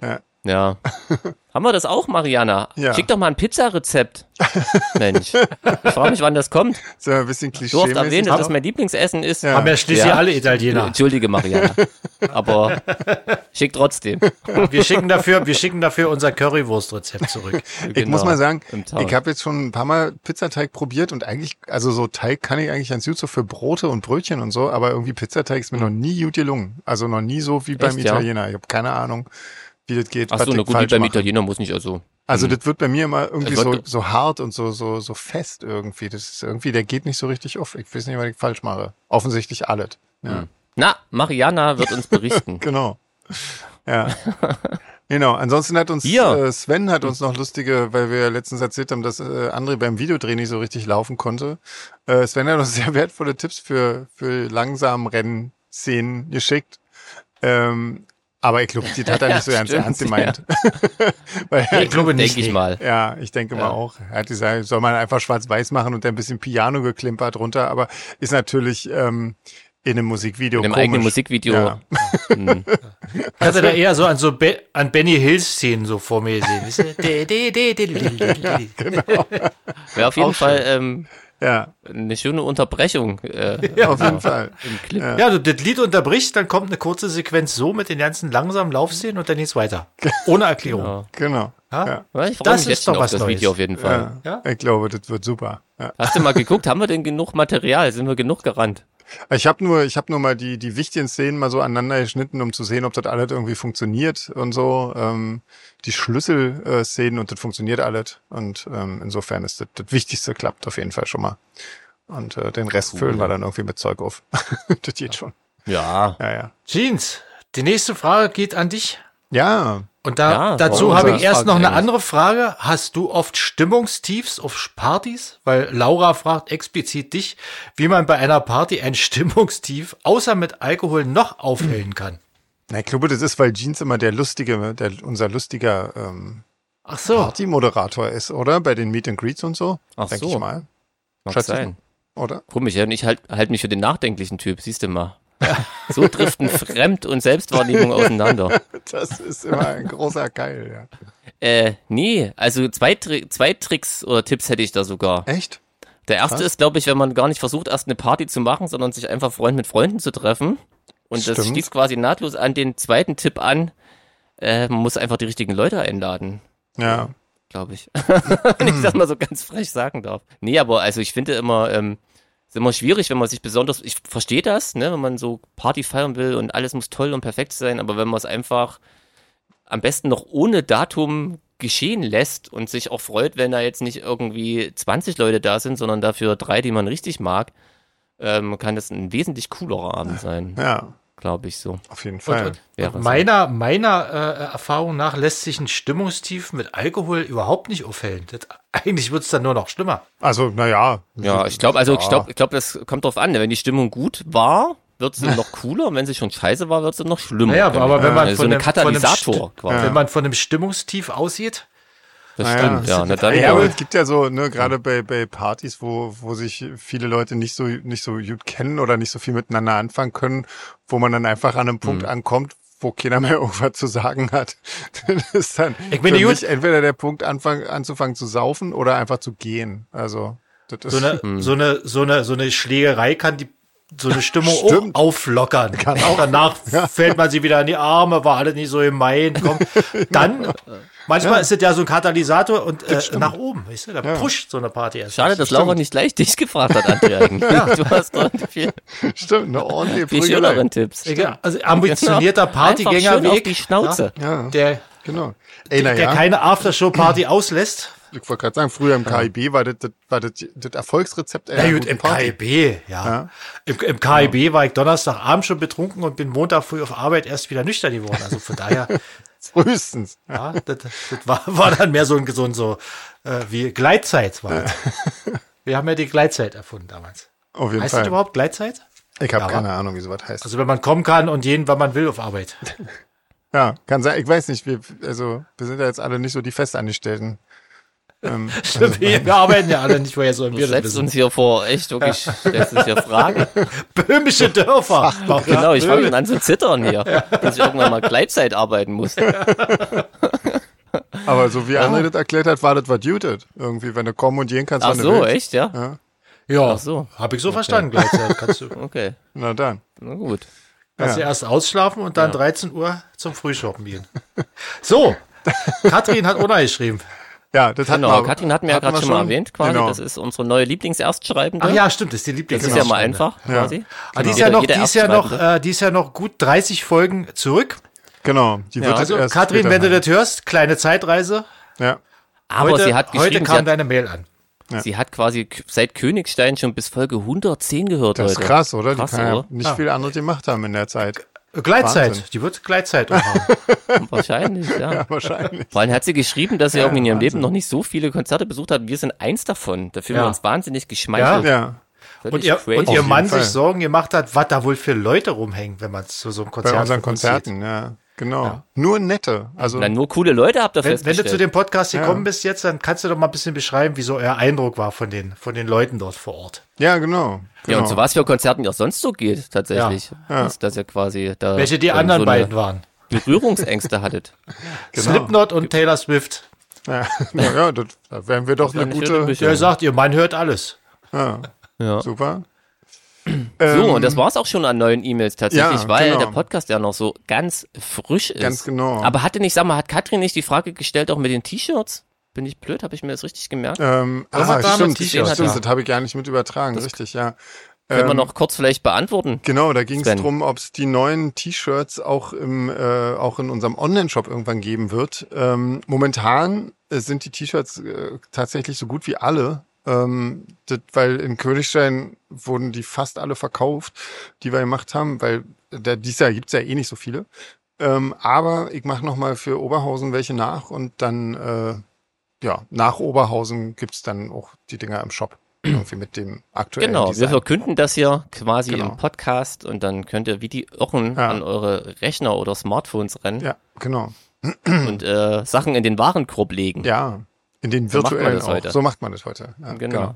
Ja. Ja. Haben wir das auch, Mariana? Ja. Schick doch mal ein Pizzarezept. Mensch. Ich frage mich, wann das kommt. So ein bisschen Du hast erwähnt, klischee dass das mein Lieblingsessen ist. Ja. Haben ja schließlich Ja. alle Italiener. Entschuldige, Mariana. Aber schick trotzdem. Wir schicken dafür, wir schicken dafür unser Currywurst-Rezept zurück. Ich muss mal sagen, Genau, Im Tau. ich habe jetzt schon ein paar Mal Pizzateig probiert und eigentlich, also so Teig kann ich eigentlich ganz gut so für Brote und Brötchen und so, aber irgendwie Pizzateig ist mir noch nie gut gelungen. Also noch nie so wie beim Echt, ja? Italiener. Ich habe keine Ahnung, wie das geht. Ach so, was na ich gut, wie falsch beim mache. Italiener muss nicht also. Also das wird bei mir immer irgendwie Also, so, so hart und so, so, so fest irgendwie. Das ist irgendwie, der geht nicht so richtig auf. Ich weiß nicht, was ich falsch mache. Offensichtlich alles. Ja, Na, Mariana wird uns berichten. Genau. Ja. genau. Ansonsten hat uns Hier. äh, Sven hat uns noch lustige, weil wir letztens erzählt haben, dass äh, André beim Videodreh nicht so richtig laufen konnte. Äh, Sven hat uns sehr wertvolle Tipps für, für langsam Rennszenen geschickt. Ähm, aber ich glaube, die hat er nicht so ganz stimmt, ernst gemeint. Weil er Ich glaube nicht. Denke ich nee. mal. ja, ich denke mal Ja. auch. Er hat gesagt, soll man einfach schwarz-weiß machen und ein bisschen Piano geklimpert runter, aber ist natürlich ähm, in einem Musikvideo. In einem komisch. eigenen Musikvideo. Ja. Hm. Ich hatte da eher so an so Be an Benny Hill-Szenen so vor mir gesehen. Weißt du? De- de- de- de- de- de- de- Genau. de- Wäre auf jeden Auch Fall ähm, ja, eine schöne Unterbrechung äh, auf jeden Fall. im Clip. Ja, du das Lied unterbrichst, dann kommt eine kurze Sequenz so mit den ganzen langsamen Laufszenen und dann geht's weiter. Ohne Erklärung. Genau. Ja. Ja. Ja, Ich freue Das mich ist jetzt schon doch auf was das Neues. Video auf jeden Fall. Ja. Ja. Ich glaube, das wird super. Ja. Hast du mal geguckt, haben wir denn genug Material? Sind wir genug gerannt? Ich habe nur, ich habe nur mal die die wichtigen Szenen mal so aneinander geschnitten, um zu sehen, ob das alles irgendwie funktioniert und so. Ähm, die Schlüsselszenen äh, Szenen und das funktioniert alles. Und ähm, insofern ist das, das Wichtigste klappt auf jeden Fall schon mal. Und äh, den Rest füllen wir dann irgendwie mit Zeug auf. das geht schon. Ja. Ja, ja. Jeans, die nächste Frage geht an dich. Ja, Und da, Ja, dazu warum habe so? ich erst noch eine Eigentlich. andere Frage. Hast du oft Stimmungstiefs auf Partys? Weil Laura fragt explizit dich, wie man bei einer Party ein Stimmungstief außer mit Alkohol noch aufhellen kann. Na, ich glaube, das ist, weil Jeans immer der lustige, der, unser lustiger ähm, Ach so. Partymoderator ist, oder? Bei den Meet and Greets und so. Ach Denk so. ich mal. Mag Schätze ich sein. mal. Oder? Komisch, ja, und ich halt, halt mich für den nachdenklichen Typ, siehst du mal. So driften Fremd- und Selbstwahrnehmung auseinander. Das ist immer ein großer Geil, ja. Äh, nee, also zwei, Tri zwei Tricks oder Tipps hätte ich da sogar. Echt? Der erste ist, glaube ich, wenn man gar nicht versucht, erst eine Party zu machen, sondern sich einfach Freund mit Freunden zu treffen. Und das Stimmt. schließt quasi nahtlos an den zweiten Tipp an. Äh, man muss einfach die richtigen Leute einladen, Ja. glaube ich. wenn ich das mal so ganz frech sagen darf. Nee, aber also ich finde immer, ähm, ist immer schwierig, wenn man sich besonders, ich verstehe das, ne, wenn man so Party feiern will und alles muss toll und perfekt sein, aber wenn man es einfach am besten noch ohne Datum geschehen lässt und sich auch freut, wenn da jetzt nicht irgendwie 20 Leute da sind, sondern dafür drei, die man richtig mag, ähm, kann das ein wesentlich coolerer Abend sein, Ja, glaube ich so. auf jeden Und, Fall. und, Wäre und so. meiner, meiner äh, Erfahrung nach lässt sich ein Stimmungstief mit Alkohol überhaupt nicht aufhellen. Das, eigentlich wird's dann nur noch schlimmer. also, naja. Ja, ich glaube, also ich glaube, ich glaube, das kommt drauf an. Wenn die Stimmung gut war, wird sie noch cooler und wenn sie schon scheiße war, wird sie noch schlimmer. Naja, aber- aber wenn man Hm, Ah, so von eine dem- von dem Katalysator Sti- quasi. Wenn man von einem Stimmungstief ausgeht, Das Naja, stimmt, das ja. ist Na, das dann Ja, aber ja. es gibt ja so, ne, gerade bei, bei Partys, wo, wo sich viele Leute nicht so, nicht so gut kennen oder nicht so viel miteinander anfangen können, wo man dann einfach an einem Mhm. Punkt ankommt, wo keiner mehr irgendwas zu sagen hat. Das ist dann Ich bin für gut. mich entweder der Punkt, anfang, anzufangen zu saufen oder einfach zu gehen. Also, das ist so eine, so eine, so eine, so eine Schlägerei kann die so eine Stimmung auch Stimmt. auflockern. Kann auch. Danach fällt man sie wieder in die Arme, war alles nicht so gemein. Komm. Dann, manchmal ist es ja so ein Katalysator und äh, nach oben, weißt du, da pusht so eine Party erst. Schade, dass Laura nicht gleich dich gefragt hat, André. eigentlich. Du hast doch viel, stimmt, eine ordentliche viel Prügelei. schöneren Tipps. Egal, Also ambitionierter Genau. Partygänger Einfach schön Weg, auf die Schnauze. Ja, der, Genau. Ey, der naja, keine Aftershow-Party auslässt. ich wollte gerade sagen, früher im KIB war das, das, war das, das Erfolgsrezept einer Na gut, guten im Party. KIB, ja. Im, im KIB war ich Donnerstagabend schon betrunken und bin Montag früh auf Arbeit erst wieder nüchtern geworden. Also von daher, Frühestens. ja, das, das war, war dann mehr so ein gesund so äh, wie Gleitzeit war das. Wir haben ja die Gleitzeit erfunden damals. Auf jeden Heißt Fall. das überhaupt Gleitzeit? Ich habe Ja, keine Ahnung, wie sowas heißt. Also wenn man kommen kann und jeden, wann man will, auf Arbeit. Ja, kann sein. Ich weiß nicht, wir, also, wir sind ja jetzt alle nicht so die Festangestellten. Ähm, Also, Wir, wir arbeiten ja alle nicht mehr so im Du Bier. setzt uns hier vor, echt wirklich, stellst uns Genau, hier Fragen. Böhmische Dörfer. Genau, ich fange schon an zu zittern hier, dass ich irgendwann mal Gleitzeit arbeiten muss. Aber so wie André das erklärt hat, war das was Jutet. Irgendwie, wenn du kommen und gehen kannst, Ach wann du so, willst. echt, ja? Ja, Ja, Ach so. habe ich so verstanden gleichzeitig. Kannst du Okay, na dann. na gut. kannst du Ja. erst ausschlafen und dann 13 Uhr zum Frühschoppen gehen. So, Katrin hat Ona geschrieben. Ja, das hatten Genau, wir- Katrin hatten wir ja gerade schon mal erwähnt, quasi. Genau. Das ist unsere neue Lieblingserstschreibende. Ach ja, stimmt, das ist die das Lieblings. ist ja mal einfach, quasi. Ah, die ist ja Genau. Jeder- noch, die jeder ne? ist ja noch, Erstschreibende. äh, die ist ja noch gut 30 Folgen zurück. Äh, genau. Die wird also das erst Katrin, später ne? wenn du sein. das hörst, kleine Zeitreise. Ja, Aber äh, heute, sie hat heute geschrieben, kam sie hat, deine Mail an. sie hat quasi k- seit Königstein schon bis Folge 110 gehört, das ist Leute. krass, oder? Krass, die kann ja oder? nicht viel anderes gemacht haben in der Zeit. Äh, Gleitzeit, Wahnsinn. die wird Gleitzeit umhauen. Wahrscheinlich, ja. Ja, wahrscheinlich. Vor allem hat sie geschrieben, dass sie irgendwie in ihrem Wahnsinn. Leben noch nicht so viele Konzerte besucht hat. Wir sind eins davon. Da fühlen Ja. wir uns wahnsinnig geschmeichelt. Ja, Völlig und ihr, crazy. und ihr jeden Mann Fall. sich Sorgen gemacht hat, was da wohl für Leute rumhängen, wenn man zu so einem Konzert bei unseren von uns sieht. Konzerten, ja. Genau. Nur nette. Also, Na, nur coole Leute habt ihr Wenn, wenn du festgestellt. zu dem Podcast gekommen bist jetzt, dann kannst du doch mal ein bisschen beschreiben, wie so euer Eindruck war von den, von den Leuten dort vor Ort. ja, genau. genau. Ja, und zu was für Konzerten ihr auch sonst so geht, tatsächlich. Dass, dass ihr quasi da. Welche die ähm, anderen so eine beiden waren. Berührungsängste hattet. Genau. Slipknot und Taylor Swift. Ja, na, ja das, da wären wir doch eine eine schöne gute. Mischung. Der sagt, ihr Mann hört alles. Ja. So, Super. Ähm, und das war's auch schon an neuen E-Mails tatsächlich, Ja, weil genau. der Podcast ja noch so ganz frisch ist. Ganz genau. Aber hatte nicht, sag mal, hat Katrin nicht die Frage gestellt, auch mit den T-Shirts? Bin ich blöd? Habe ich mir das richtig gemerkt? Ähm, ah, hat damals stimmt, gesehen, stimmt, hat stimmt, er. das habe ich gar nicht mit übertragen, richtig, ja. Können wir noch kurz vielleicht beantworten? Genau, da ging es Sven. darum, ob es die neuen T-Shirts auch im äh, auch in unserem Online-Shop irgendwann geben wird. Ähm, momentan äh, sind die T-Shirts äh, tatsächlich so gut wie alle, ähm, das, weil in Königstein wurden die fast alle verkauft, die wir gemacht haben, weil da, dieses Jahr gibt's ja eh nicht so viele. Ähm, aber ich mache nochmal für Oberhausen welche nach und dann, äh, ja, nach Oberhausen gibt's dann auch die Dinger im Shop. Irgendwie mit dem aktuellen Genau, wir Design. verkünden das hier quasi äh, Genau. im Podcast und dann könnt ihr wie die Irren Ja. an eure Rechner oder Smartphones rennen Ja, genau. und äh, Sachen in den Warenkorb legen. Ja, in den So macht man virtuellen das auch. heute. So macht man das heute. Ja, Genau.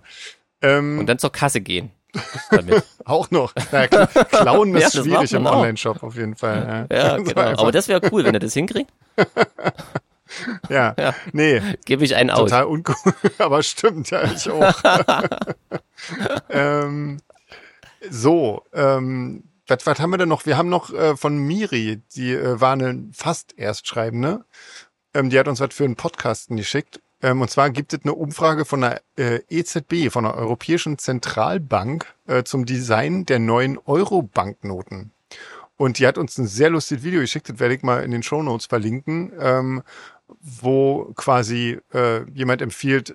Ähm, Und dann zur Kasse gehen. Damit. auch noch. Na, kl- klauen Ja, ist das macht schwierig im man auch. Online-Shop auf jeden Fall. Ja, So genau. einfach. Aber das wäre cool, wenn ihr das hinkriegt. ja. nee, Gebe ich einen aus. total uncool, aber stimmt ja ich auch. ähm, so, ähm, was, was haben wir denn noch? Wir haben noch äh, von Miri, die äh, war eine fast Erstschreibende. Ähm, die hat uns was für einen Podcasten geschickt. Ähm, und zwar gibt es eine Umfrage von der äh, EZB, von der Europäischen Zentralbank, äh, zum Design der neuen Euro-Banknoten. Und die hat uns ein sehr lustiges Video geschickt, das werde ich mal in den Shownotes verlinken, ähm, wo quasi äh, jemand empfiehlt,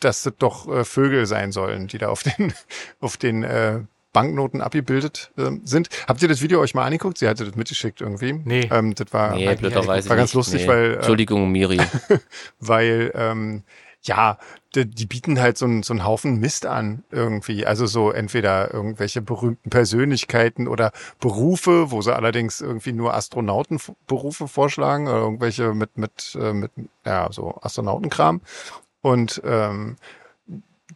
dass das doch äh, Vögel sein sollen, die da auf den, auf den äh, Banknoten abgebildet ähm, sind. Habt ihr das Video euch mal angeguckt? Sie hatte das mitgeschickt irgendwie. Nee. Ähm, das war, Nee, blöderweise. war ganz nicht. lustig, Nee. weil äh, Entschuldigung, Miri. weil ähm, ja, die, die bieten halt so, einen- so einen Haufen Mist an irgendwie. Also so entweder irgendwelche berühmten Persönlichkeiten oder Berufe, wo sie allerdings irgendwie nur Astronautenberufe vorschlagen oder irgendwelche mit, mit, äh, mit ja, so Astronautenkram. Und ähm,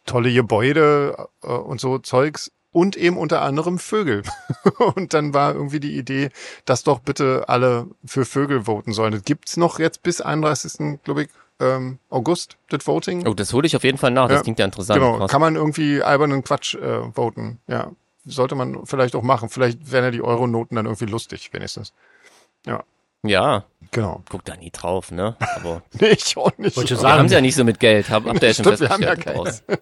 tolle Gebäude äh, und so Zeugs und eben unter anderem Vögel. und dann war irgendwie die Idee, dass doch bitte alle für Vögel voten sollen. Das gibt's noch jetzt bis 31. glaube ich, ähm, August, das Voting. Oh, das hole ich auf jeden Fall nach. Das Ja. klingt ja interessant. genau, Krass. kann man irgendwie albernen Quatsch äh, voten. Ja, sollte man vielleicht auch machen. Vielleicht wären ja die Euronoten dann irgendwie lustig, wenigstens. Ja, Genau. guck da nie drauf, ne? Aber Nee, ich auch nicht. Wollte ich wir sagen. haben sie ja nicht so mit Geld. Hab, habt ihr ja schon Stimmt, wir haben ja festgestellt.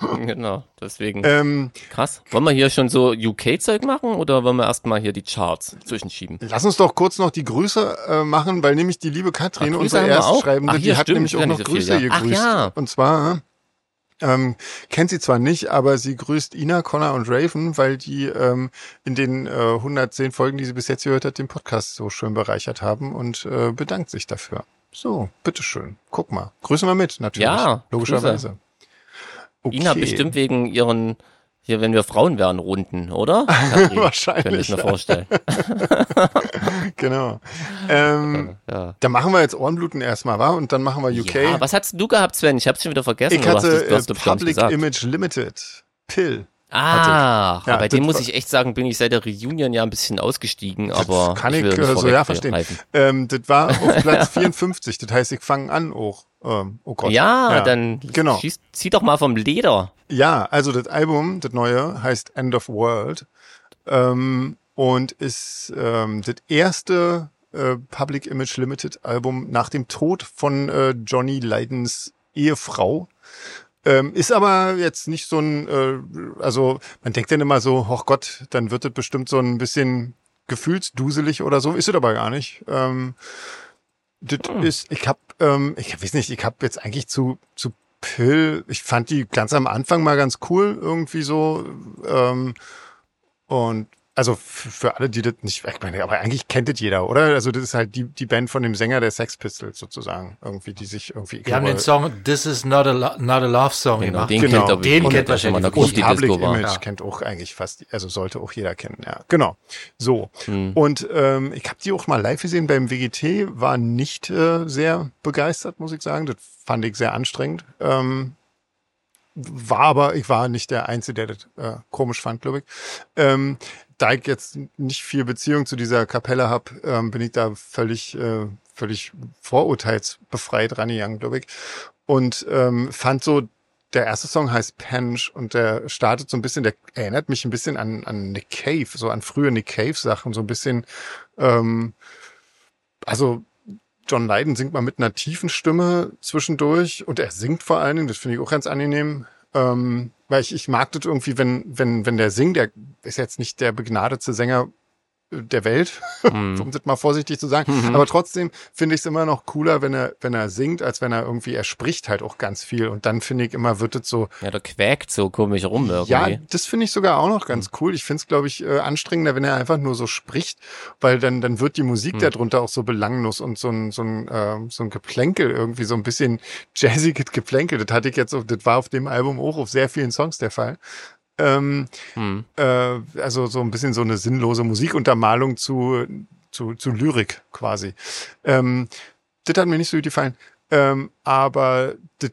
draußen. Genau, deswegen. Ähm, Krass. Wollen wir hier schon so UK-Zeug machen oder wollen wir erstmal hier die Charts zwischenschieben? Lass uns doch kurz noch die Grüße äh, machen, weil nämlich die liebe Katrin, Ach, Grüße unsere haben wir auch? Erstschreibende, Ach, hier die hat stimmt, nämlich ist auch ja noch nicht so viel, Grüße ja. Ach, gegrüßt. ja. Und zwar ähm, kennt sie zwar nicht, aber sie grüßt Ina, Connor und Raven, weil die ähm, in den äh, 110 Folgen, die sie bis jetzt gehört hat, den Podcast so schön bereichert haben und äh, bedankt sich dafür. So, bitteschön. Guck mal. Grüßen wir mit, natürlich. Ja, logischerweise. Okay. Ina bestimmt wegen ihren, hier, wenn wir Frauen wären, Runden, oder? Katrin? Wahrscheinlich, Könnte ich mir ja. vorstellen. Genau. Ähm, Ja. Dann machen wir jetzt Ohrenbluten erstmal, wa? Und dann machen wir UK. Ja, was hast du gehabt, Sven? Ich hab's schon wieder vergessen. Ich aber hast hatte du, du hast äh, doch gar nicht Public gesagt. Image Limited. Pill. Ah, Ja, bei das dem muss war- ich echt sagen, bin ich seit der Reunion ja ein bisschen ausgestiegen, Das aber kann ich, will äh, nicht so ja vorweggreifen. verstehen. Ähm, das war auf Platz 54, das heißt, ich fange an auch. Ähm, oh Gott. Ja, dann Genau. schieß, zieh doch mal vom Leder. Ja, also das Album, das neue, heißt End of World ähm, und ist ähm, das erste äh, Public Image Limited Album nach dem Tod von äh, Johnny Lydens Ehefrau. Ähm, ist aber jetzt nicht so ein, äh, also man denkt dann immer so, oh Gott, dann wird das bestimmt so ein bisschen gefühlsduselig oder so. Ist es aber gar nicht. Ähm, das Hm. ist, ich hab, ähm, ich weiß nicht, ich hab jetzt eigentlich zu, zu Pill, ich fand die ganz am Anfang mal ganz cool, irgendwie so. Ähm, und also f- für alle, die das nicht, ich meine, aber eigentlich kennt das jeder, oder? Also das ist halt die, die Band von dem Sänger der Sex Pistols sozusagen, irgendwie, die sich irgendwie. ich Wir haben glaube, den Song This is not a, Lo- not a Love Song Genau, gemacht. den Genau. kennt, glaube ich, Den jeder, kennt der schon mal in einer wahrscheinlich Und Großstadt Public Disco war. Image Ja. kennt auch eigentlich fast, also sollte auch jeder kennen, ja. Genau. So. Hm. Und ähm, ich habe die auch mal live gesehen beim WGT, war nicht äh, sehr begeistert, muss ich sagen. Das fand ich sehr anstrengend. Ähm, war aber, ich war nicht der Einzige, der das äh, komisch fand, glaube ich. Ähm, da ich jetzt nicht viel Beziehung zu dieser Kapelle habe, ähm, bin ich da völlig, äh, völlig vorurteilsbefreit rangegangen, glaube ich. Und ähm, fand so, der erste Song heißt Pench und der startet so ein bisschen, der erinnert mich ein bisschen an, an Nick Cave, so an frühe Nick Cave-Sachen, so ein bisschen, ähm, also John Lydon singt mal mit einer tiefen Stimme zwischendurch und er singt vor allen Dingen, das finde ich auch ganz angenehm. Ähm, weil ich, ich mag das irgendwie, wenn, wenn, wenn der singt, der ist jetzt nicht der begnadete Sänger äh, der Welt, um das mal vorsichtig zu sagen. Aber trotzdem finde ich es immer noch cooler, wenn er, wenn er singt, als wenn er irgendwie, er spricht halt auch ganz viel. Und dann finde ich immer, wird es so, Ja, der quäkt so komisch rum irgendwie. ja, das finde ich sogar auch noch ganz cool. Ich finde es, glaube ich, äh, anstrengender, wenn er einfach nur so spricht, weil dann, dann wird die Musik darunter auch so belanglos und so ein, so ein, äh, so ein Geplänkel irgendwie, so ein bisschen jazziges Geplänkel. Das hatte ich jetzt, auf, das war auf dem Album auch auf sehr vielen Songs der Fall. Ähm, äh, also so ein bisschen so eine sinnlose Musikuntermalung zu, zu, zu Lyrik quasi. Ähm, das hat mir nicht so gut gefallen. Ähm, aber das,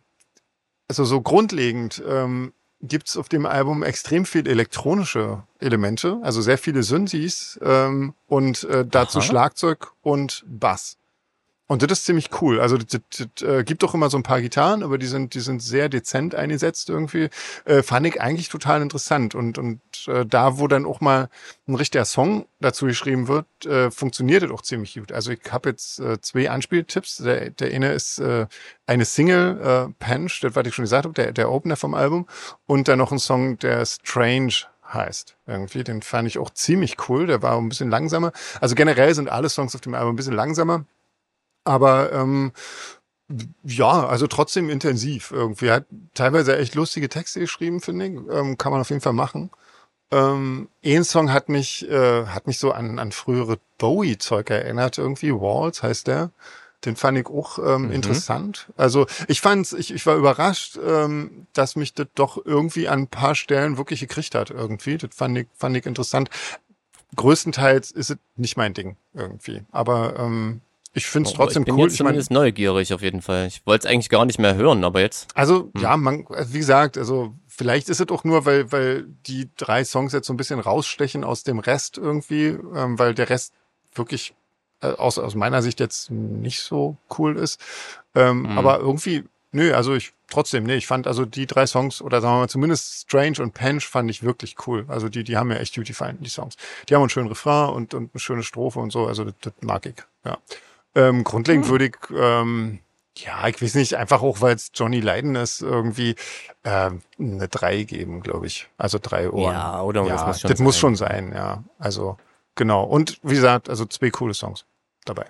also so grundlegend ähm, gibt's auf dem Album extrem viel elektronische Elemente, also sehr viele Synthes ähm, und äh, dazu Aha. Schlagzeug und Bass. Und das ist ziemlich cool. Also das, das, das, äh, gibt doch immer so ein paar Gitarren, aber die sind, die sind sehr dezent eingesetzt irgendwie. Äh, fand ich eigentlich total interessant. Und, und äh, da, wo dann auch mal ein richtiger Song dazu geschrieben wird, äh, funktioniert das auch ziemlich gut. Also ich habe jetzt äh, zwei Anspieltipps. Der, der eine ist äh, eine Single, äh, Pench, das, was ich schon gesagt habe, der, der Opener vom Album. Und dann noch ein Song, der Strange heißt. Irgendwie, den fand ich auch ziemlich cool. Der war ein bisschen langsamer. Also generell sind alle Songs auf dem Album ein bisschen langsamer. Aber ähm, ja, also trotzdem intensiv irgendwie. Hat teilweise echt lustige Texte geschrieben, finde ich. Ähm, kann man auf jeden Fall machen. Ähm, ein Song hat mich, äh, hat mich so an, an frühere Bowie-Zeug erinnert, irgendwie. Walls heißt der. Den fand ich auch ähm, Mhm. interessant. Also ich fand's, ich, ich war überrascht, ähm, dass mich das doch irgendwie an ein paar Stellen wirklich gekriegt hat, irgendwie. Das fand ich, fand ich interessant. Größtenteils ist es nicht mein Ding, irgendwie. Aber ähm, ich finde es Aber trotzdem Oh, ich bin cool. jetzt Ich mein- zumindest neugierig auf jeden Fall. Ich wollte es eigentlich gar nicht mehr hören, aber jetzt. also ja, man, also wie gesagt, also vielleicht ist es auch nur, weil, weil die drei Songs jetzt so ein bisschen rausstechen aus dem Rest irgendwie, ähm, weil der Rest wirklich äh, aus, aus meiner Sicht jetzt nicht so cool ist. Ähm, Mhm. Aber irgendwie, nö, also ich trotzdem, nee, ich fand also die drei Songs, oder sagen wir mal zumindest Strange und Pench fand ich wirklich cool. Also die, die haben mir echt gut gefallen, die Songs. Die haben einen schönen Refrain und, und eine schöne Strophe und so, also das, das mag ich, ja. Ähm, grundlegend Mhm. würde ich, ähm, ja, ich weiß nicht, einfach auch, weil es Johnny Leiden ist, irgendwie ähm, eine 3 geben, glaube ich. Also drei Ohren. Ja, oder? Ja, Das muss schon das muss sein. schon sein, ja. Also, genau. Und wie gesagt, also zwei coole Songs dabei.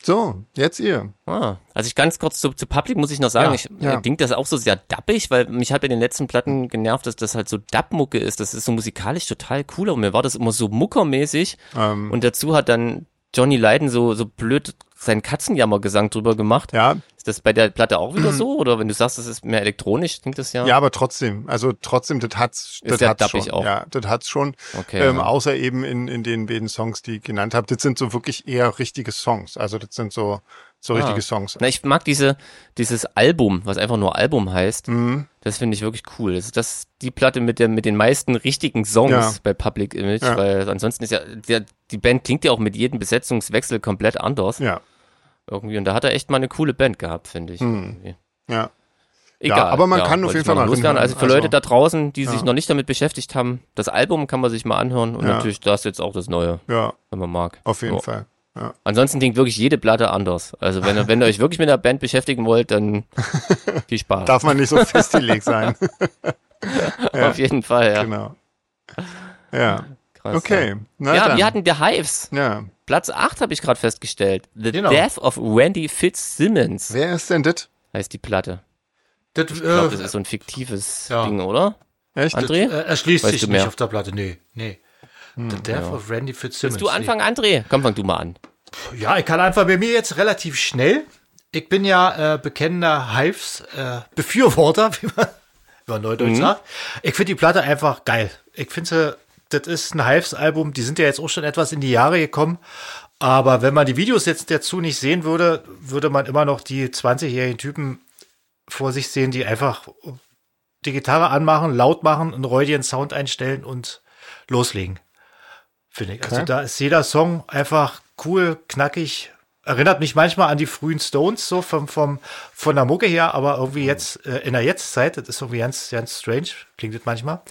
So, jetzt ihr. Ah, also ich ganz kurz zu, zu Public muss ich noch sagen, Ja, ich ja. Mhm. äh, klingt das auch so sehr dappig, weil mich hat bei den letzten Platten genervt, dass das halt so Dub-Mucke ist. Das ist so musikalisch total cool, aber mir war das immer so muckermäßig. Ähm, Und dazu hat dann Johnny Lydon so, so blöd seinen Katzenjammergesang drüber gemacht. ja, Ist das bei der Platte auch wieder so? Oder wenn du sagst, das ist mehr elektronisch, klingt das ja? ja, aber trotzdem, also trotzdem, das hat's, das ja hat's dappig schon. auch. Ja, das hat's schon. Okay. ähm, ja. Außer eben in, in den beiden Songs, die ich genannt habe. Das sind so wirklich eher richtige Songs. Also das sind so, So Ah. richtige Songs. Na, ich mag diese, dieses Album, was einfach nur Album heißt. Mhm. Das finde ich wirklich cool. Das ist das, die Platte mit, der, mit den meisten richtigen Songs Ja. bei Public Image, Ja. weil ansonsten ist ja, der, die Band klingt ja auch mit jedem Besetzungswechsel komplett anders Ja, irgendwie. Und da hat er echt mal eine coole Band gehabt, finde ich. irgendwie. ja. Egal. Mhm. Ja, aber man kann wollte auf jeden ich mal Fall mal loswerden. reinhören. Also für Also- Leute da draußen, die sich Ja. noch nicht damit beschäftigt haben, das Album kann man sich mal anhören und Ja. Oh. natürlich das jetzt auch das Neue, Ja, wenn man mag. auf jeden Ja. Fall. Ja. Ansonsten klingt wirklich jede Platte anders. Also wenn, ihr- wenn ihr euch wirklich mit einer Band beschäftigen wollt, dann viel Spaß. Darf man nicht so festgelegt sein. ja. Auf jeden Fall, ja. Genau. Ja, Krass, okay. Ja, Na äh, ja dann. wir hatten The Hives. ja. Platz 8 habe ich gerade festgestellt. The Genau. Death of Randy Fitzsimmons Wer ist denn das? heißt die Platte. Das, Ich glaube, das äh, ist so ein fiktives Ja. Ding, oder? Echt? André? äh, erschließt Weißt sich du nicht mehr? auf der Platte. Nee, nee. The Death of Randy Willst Fitzsimmons. du anfangen, André? Komm, fang du mal an. Nee. Ja, ich kann anfangen. Bei mir jetzt relativ schnell. Ich bin ja äh, bekennender Hives-Befürworter, wie man über Neudeutsch sagt. Ich finde die Platte einfach geil. Ich finde, das ist ein Hives-Album. Die sind ja jetzt auch schon etwas in die Jahre gekommen. Aber wenn man die Videos jetzt dazu nicht sehen würde, würde man immer noch die 20-jährigen Typen vor sich sehen, die einfach die Gitarre anmachen, laut machen, einen räudigen Sound einstellen und loslegen. Finde ich. Also Okay. da ist jeder Song einfach cool, knackig. Erinnert mich manchmal an die frühen Stones, so vom, vom, von der Mucke her, aber irgendwie jetzt, äh, in der Jetztzeit, das ist irgendwie ganz, ganz strange, klingt das manchmal,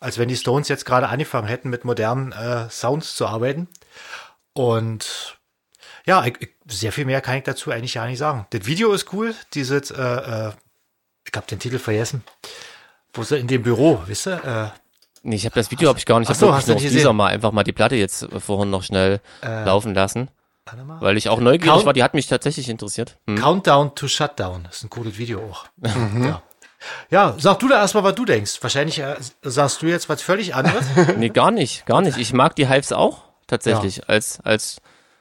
als wenn die Stones jetzt gerade angefangen hätten, mit modernen äh, Sounds zu arbeiten. Und ja, ich, ich, sehr viel mehr kann ich dazu eigentlich gar nicht sagen. Das Video ist cool, dieses, äh, äh, ich habe den Titel vergessen, wo sie in dem Büro, wisst ihr, Äh, Nee, ich habe das Video habe ich gar nicht. Ich Ach so, habe hast du so, nicht dieser gesehen? mal einfach mal die Platte jetzt äh, vorhin noch schnell laufen lassen, äh, warte mal. weil ich auch neugierig Count- war. Die hat mich tatsächlich interessiert. Hm. Countdown to Shutdown, ist ein cooles Video auch. Ja. ja, sag du da erstmal, was du denkst. Wahrscheinlich äh, sagst du jetzt was völlig anderes. Nee, gar nicht, gar nicht. Ich mag die Hives auch tatsächlich als als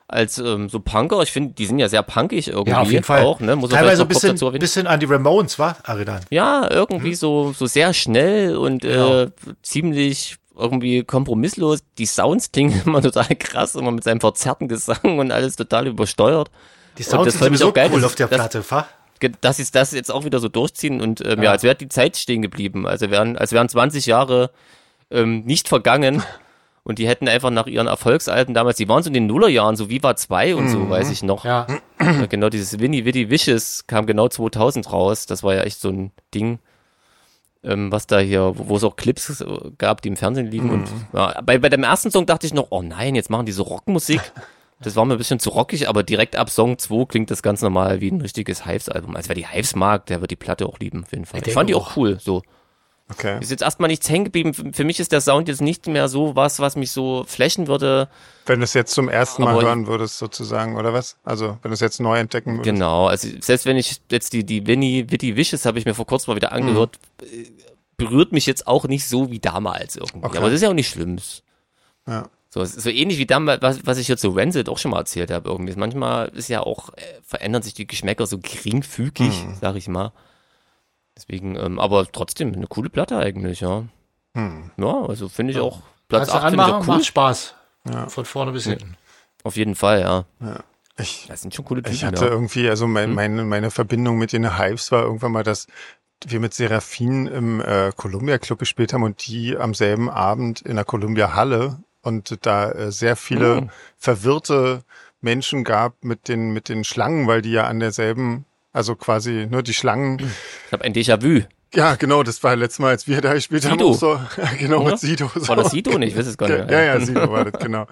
als ähm, so Punker. Ich finde, die sind ja sehr punkig irgendwie auch. Ne? Muss man vielleicht Teilweise noch ein kurz bisschen, dazu erwähnen. bisschen an die Ramones, wa? Erinnern. Ja, irgendwie so, so sehr schnell und Genau. äh, ziemlich irgendwie kompromisslos. Die Sounds klingen immer total krass, immer mit seinem verzerrten Gesang und alles total übersteuert. Die Und Sounds das sind fand ich sowieso auch geil, cool das- auf der das- Platte, wa? Ge- dass sie das jetzt auch wieder so durchziehen und ähm, ja. als wäre die Zeit stehen geblieben. Also wären, als wären 20 Jahre ähm, nicht vergangen und die hätten einfach nach ihren Erfolgsalben damals, die waren so in den Nullerjahren, so Viva 2 und so, weiß ich noch. Ja. Äh, Genau dieses Winnie Witty Wishes kam genau 2000 raus. Das war ja echt so ein Ding. Ähm, was da hier, wo wo es auch Clips äh, gab, die im Fernsehen liefen. Und ja, bei, bei dem ersten Song dachte ich noch, oh nein, jetzt machen die so Rockmusik. Das war mir ein bisschen zu rockig, aber direkt ab Song 2 klingt das ganz normal wie ein richtiges Hives-Album. Also wer die Hives mag, der wird die Platte auch lieben, auf jeden Fall. Ich, denke fand die auch. auch cool, so. Okay. Ist jetzt erstmal nichts hängen geblieben. Für für mich ist der Sound jetzt nicht mehr so was, was mich so flächen würde. Wenn du es jetzt zum ersten Mal Aber- hören würdest, sozusagen, oder was? Also, wenn du es jetzt neu entdecken würdest. Genau, also selbst wenn ich jetzt die, die Winnie Witty Wishes habe ich mir vor kurzem mal wieder angehört, äh, berührt mich jetzt auch nicht so wie damals irgendwie. Mhm. Okay. Aber das ist ja auch nicht schlimm. Ja. So, es ist so ähnlich wie damals, was, was ich jetzt zu Rancid auch schon mal erzählt habe irgendwie. Manchmal ist ja auch, äh, verändern sich die Geschmäcker so geringfügig, Mhm. sag ich mal. Deswegen, ähm, aber trotzdem eine coole Platte eigentlich, ja. Mhm. Ja, also finde ich auch, Platz Kannst du 8 finde ich anmachen, auch cool. macht Spaß. Von vorne bis hinten. Auf jeden Fall, ja. Ich, Das sind schon coole Typen, ich hatte ja. irgendwie, also Mhm. mein, meine, meine Verbindung mit den Hypes war irgendwann mal, dass wir mit Seraphin im äh, Columbia Club gespielt haben und die am selben Abend in der Columbia Halle und da äh, sehr Mhm. viele verwirrte Menschen gab mit den, mit den Schlangen, weil die ja an derselben, also quasi, ne, die Schlangen Ich habe ein Déjà-vu. Ja, genau, das war letztes Mal, als wir da gespielt haben. Sido. auch So, genau, Oder? mit Sido. So. War das Sido nicht? Ich weiß es gar nicht. Ja, ja, Sido war das, genau.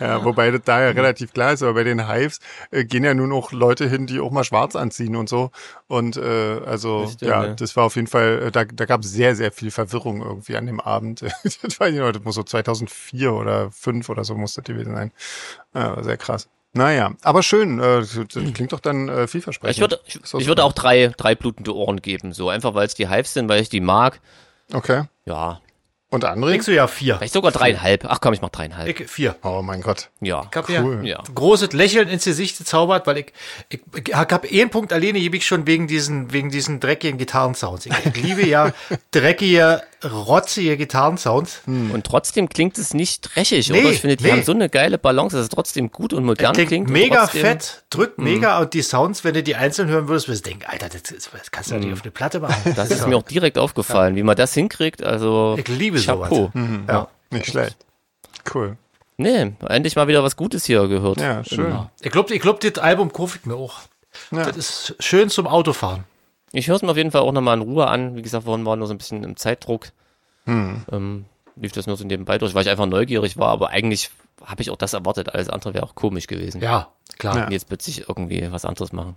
Ja, wobei das da ja relativ klar ist, aber bei den Hives äh, gehen ja nun auch Leute hin, die auch mal schwarz anziehen und so. Und äh, also, Das stimmt, ja, ja. das war auf jeden Fall, äh, da, da gab es sehr, sehr viel Verwirrung irgendwie an dem Abend. das war genau, das muss so 2004 oder 5 oder so muss das gewesen sein. Ja, war sehr krass. Naja, aber schön, äh, das das klingt doch dann äh, vielversprechend. Ich würde, ich, Ist auch ich würde super. auch drei, drei blutende Ohren geben, so einfach weil es die Hives sind, weil ich die mag. Okay. Ja, Und André? Kriegst du ja vier. Vielleicht sogar dreieinhalb. Ach komm, ich mach dreieinhalb. Ich, vier. Oh mein Gott. ja. Ich hab Cool. ja Ja. ein großes Lächeln ins Gesicht gezaubert, weil ich, ich, ich habe einen Punkt alleine, gebe ich schon wegen diesen, wegen diesen dreckigen Gitarrensounds. Ich, ich liebe ja dreckige, rotzige Gitarrensounds. Hm. Und trotzdem klingt es nicht dreckig, Nee, oder? Ich finde, die nee. haben so eine geile Balance, dass es trotzdem gut und modern Klingt, klingt. und mega trotzdem, Hm. fett, drückt mega und die Sounds, wenn du die einzeln hören würdest, würdest du denken, Alter, das, ist- das kannst du ja nicht auf eine Platte machen. Hm. Das ist mir auch direkt aufgefallen, wie man das hinkriegt. Also Ich liebe sowas. Chapeau. Hm. ja. Nicht schlecht. Cool. Nee, endlich mal wieder was Gutes hier gehört. Genau. Ja, schön. Ich glaube, ich glaub, das Album kaufe ich mir auch. Das ist schön zum Autofahren. Ich höre es mir auf jeden Fall auch nochmal in Ruhe an. Wie gesagt, vorhin waren wir so ein bisschen im Zeitdruck. Hm. Ähm, lief das nur so nebenbei durch, weil ich einfach neugierig war, aber eigentlich habe ich auch das erwartet. Alles andere wäre auch komisch gewesen. Ja, klar. Und Jetzt plötzlich irgendwie was anderes machen.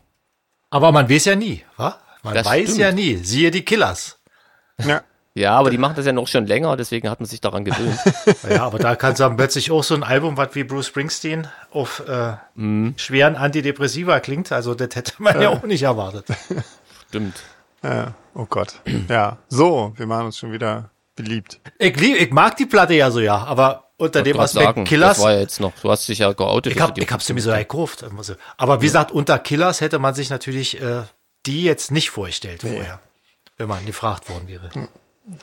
Aber man weiß ja nie, wa? Man Das weiß stimmt. ja nie. Siehe die Killers. Ja. Ja, aber die machen das ja noch schon länger, deswegen hat man sich daran gewöhnt. Ja, aber da kannst du dann plötzlich auch so ein Album, was wie Bruce Springsteen auf äh, Mhm. schweren Antidepressiva klingt. Also das hätte man ja auch nicht erwartet. Stimmt. ja. Oh Gott. Ja. So, wir machen uns schon wieder beliebt. Ich, lieb, ich mag die Platte ja so, ja, aber unter dem Du hast Aspekt Killers, Das war ja jetzt noch. Du hast dich ja geoutet. ich, dass hab, du dir- ich hab sie mir so gekauft. Also, Aber wie gesagt, unter Killers hätte man sich natürlich äh, die jetzt nicht vorgestellt vorher, wenn man gefragt worden wäre. Hm.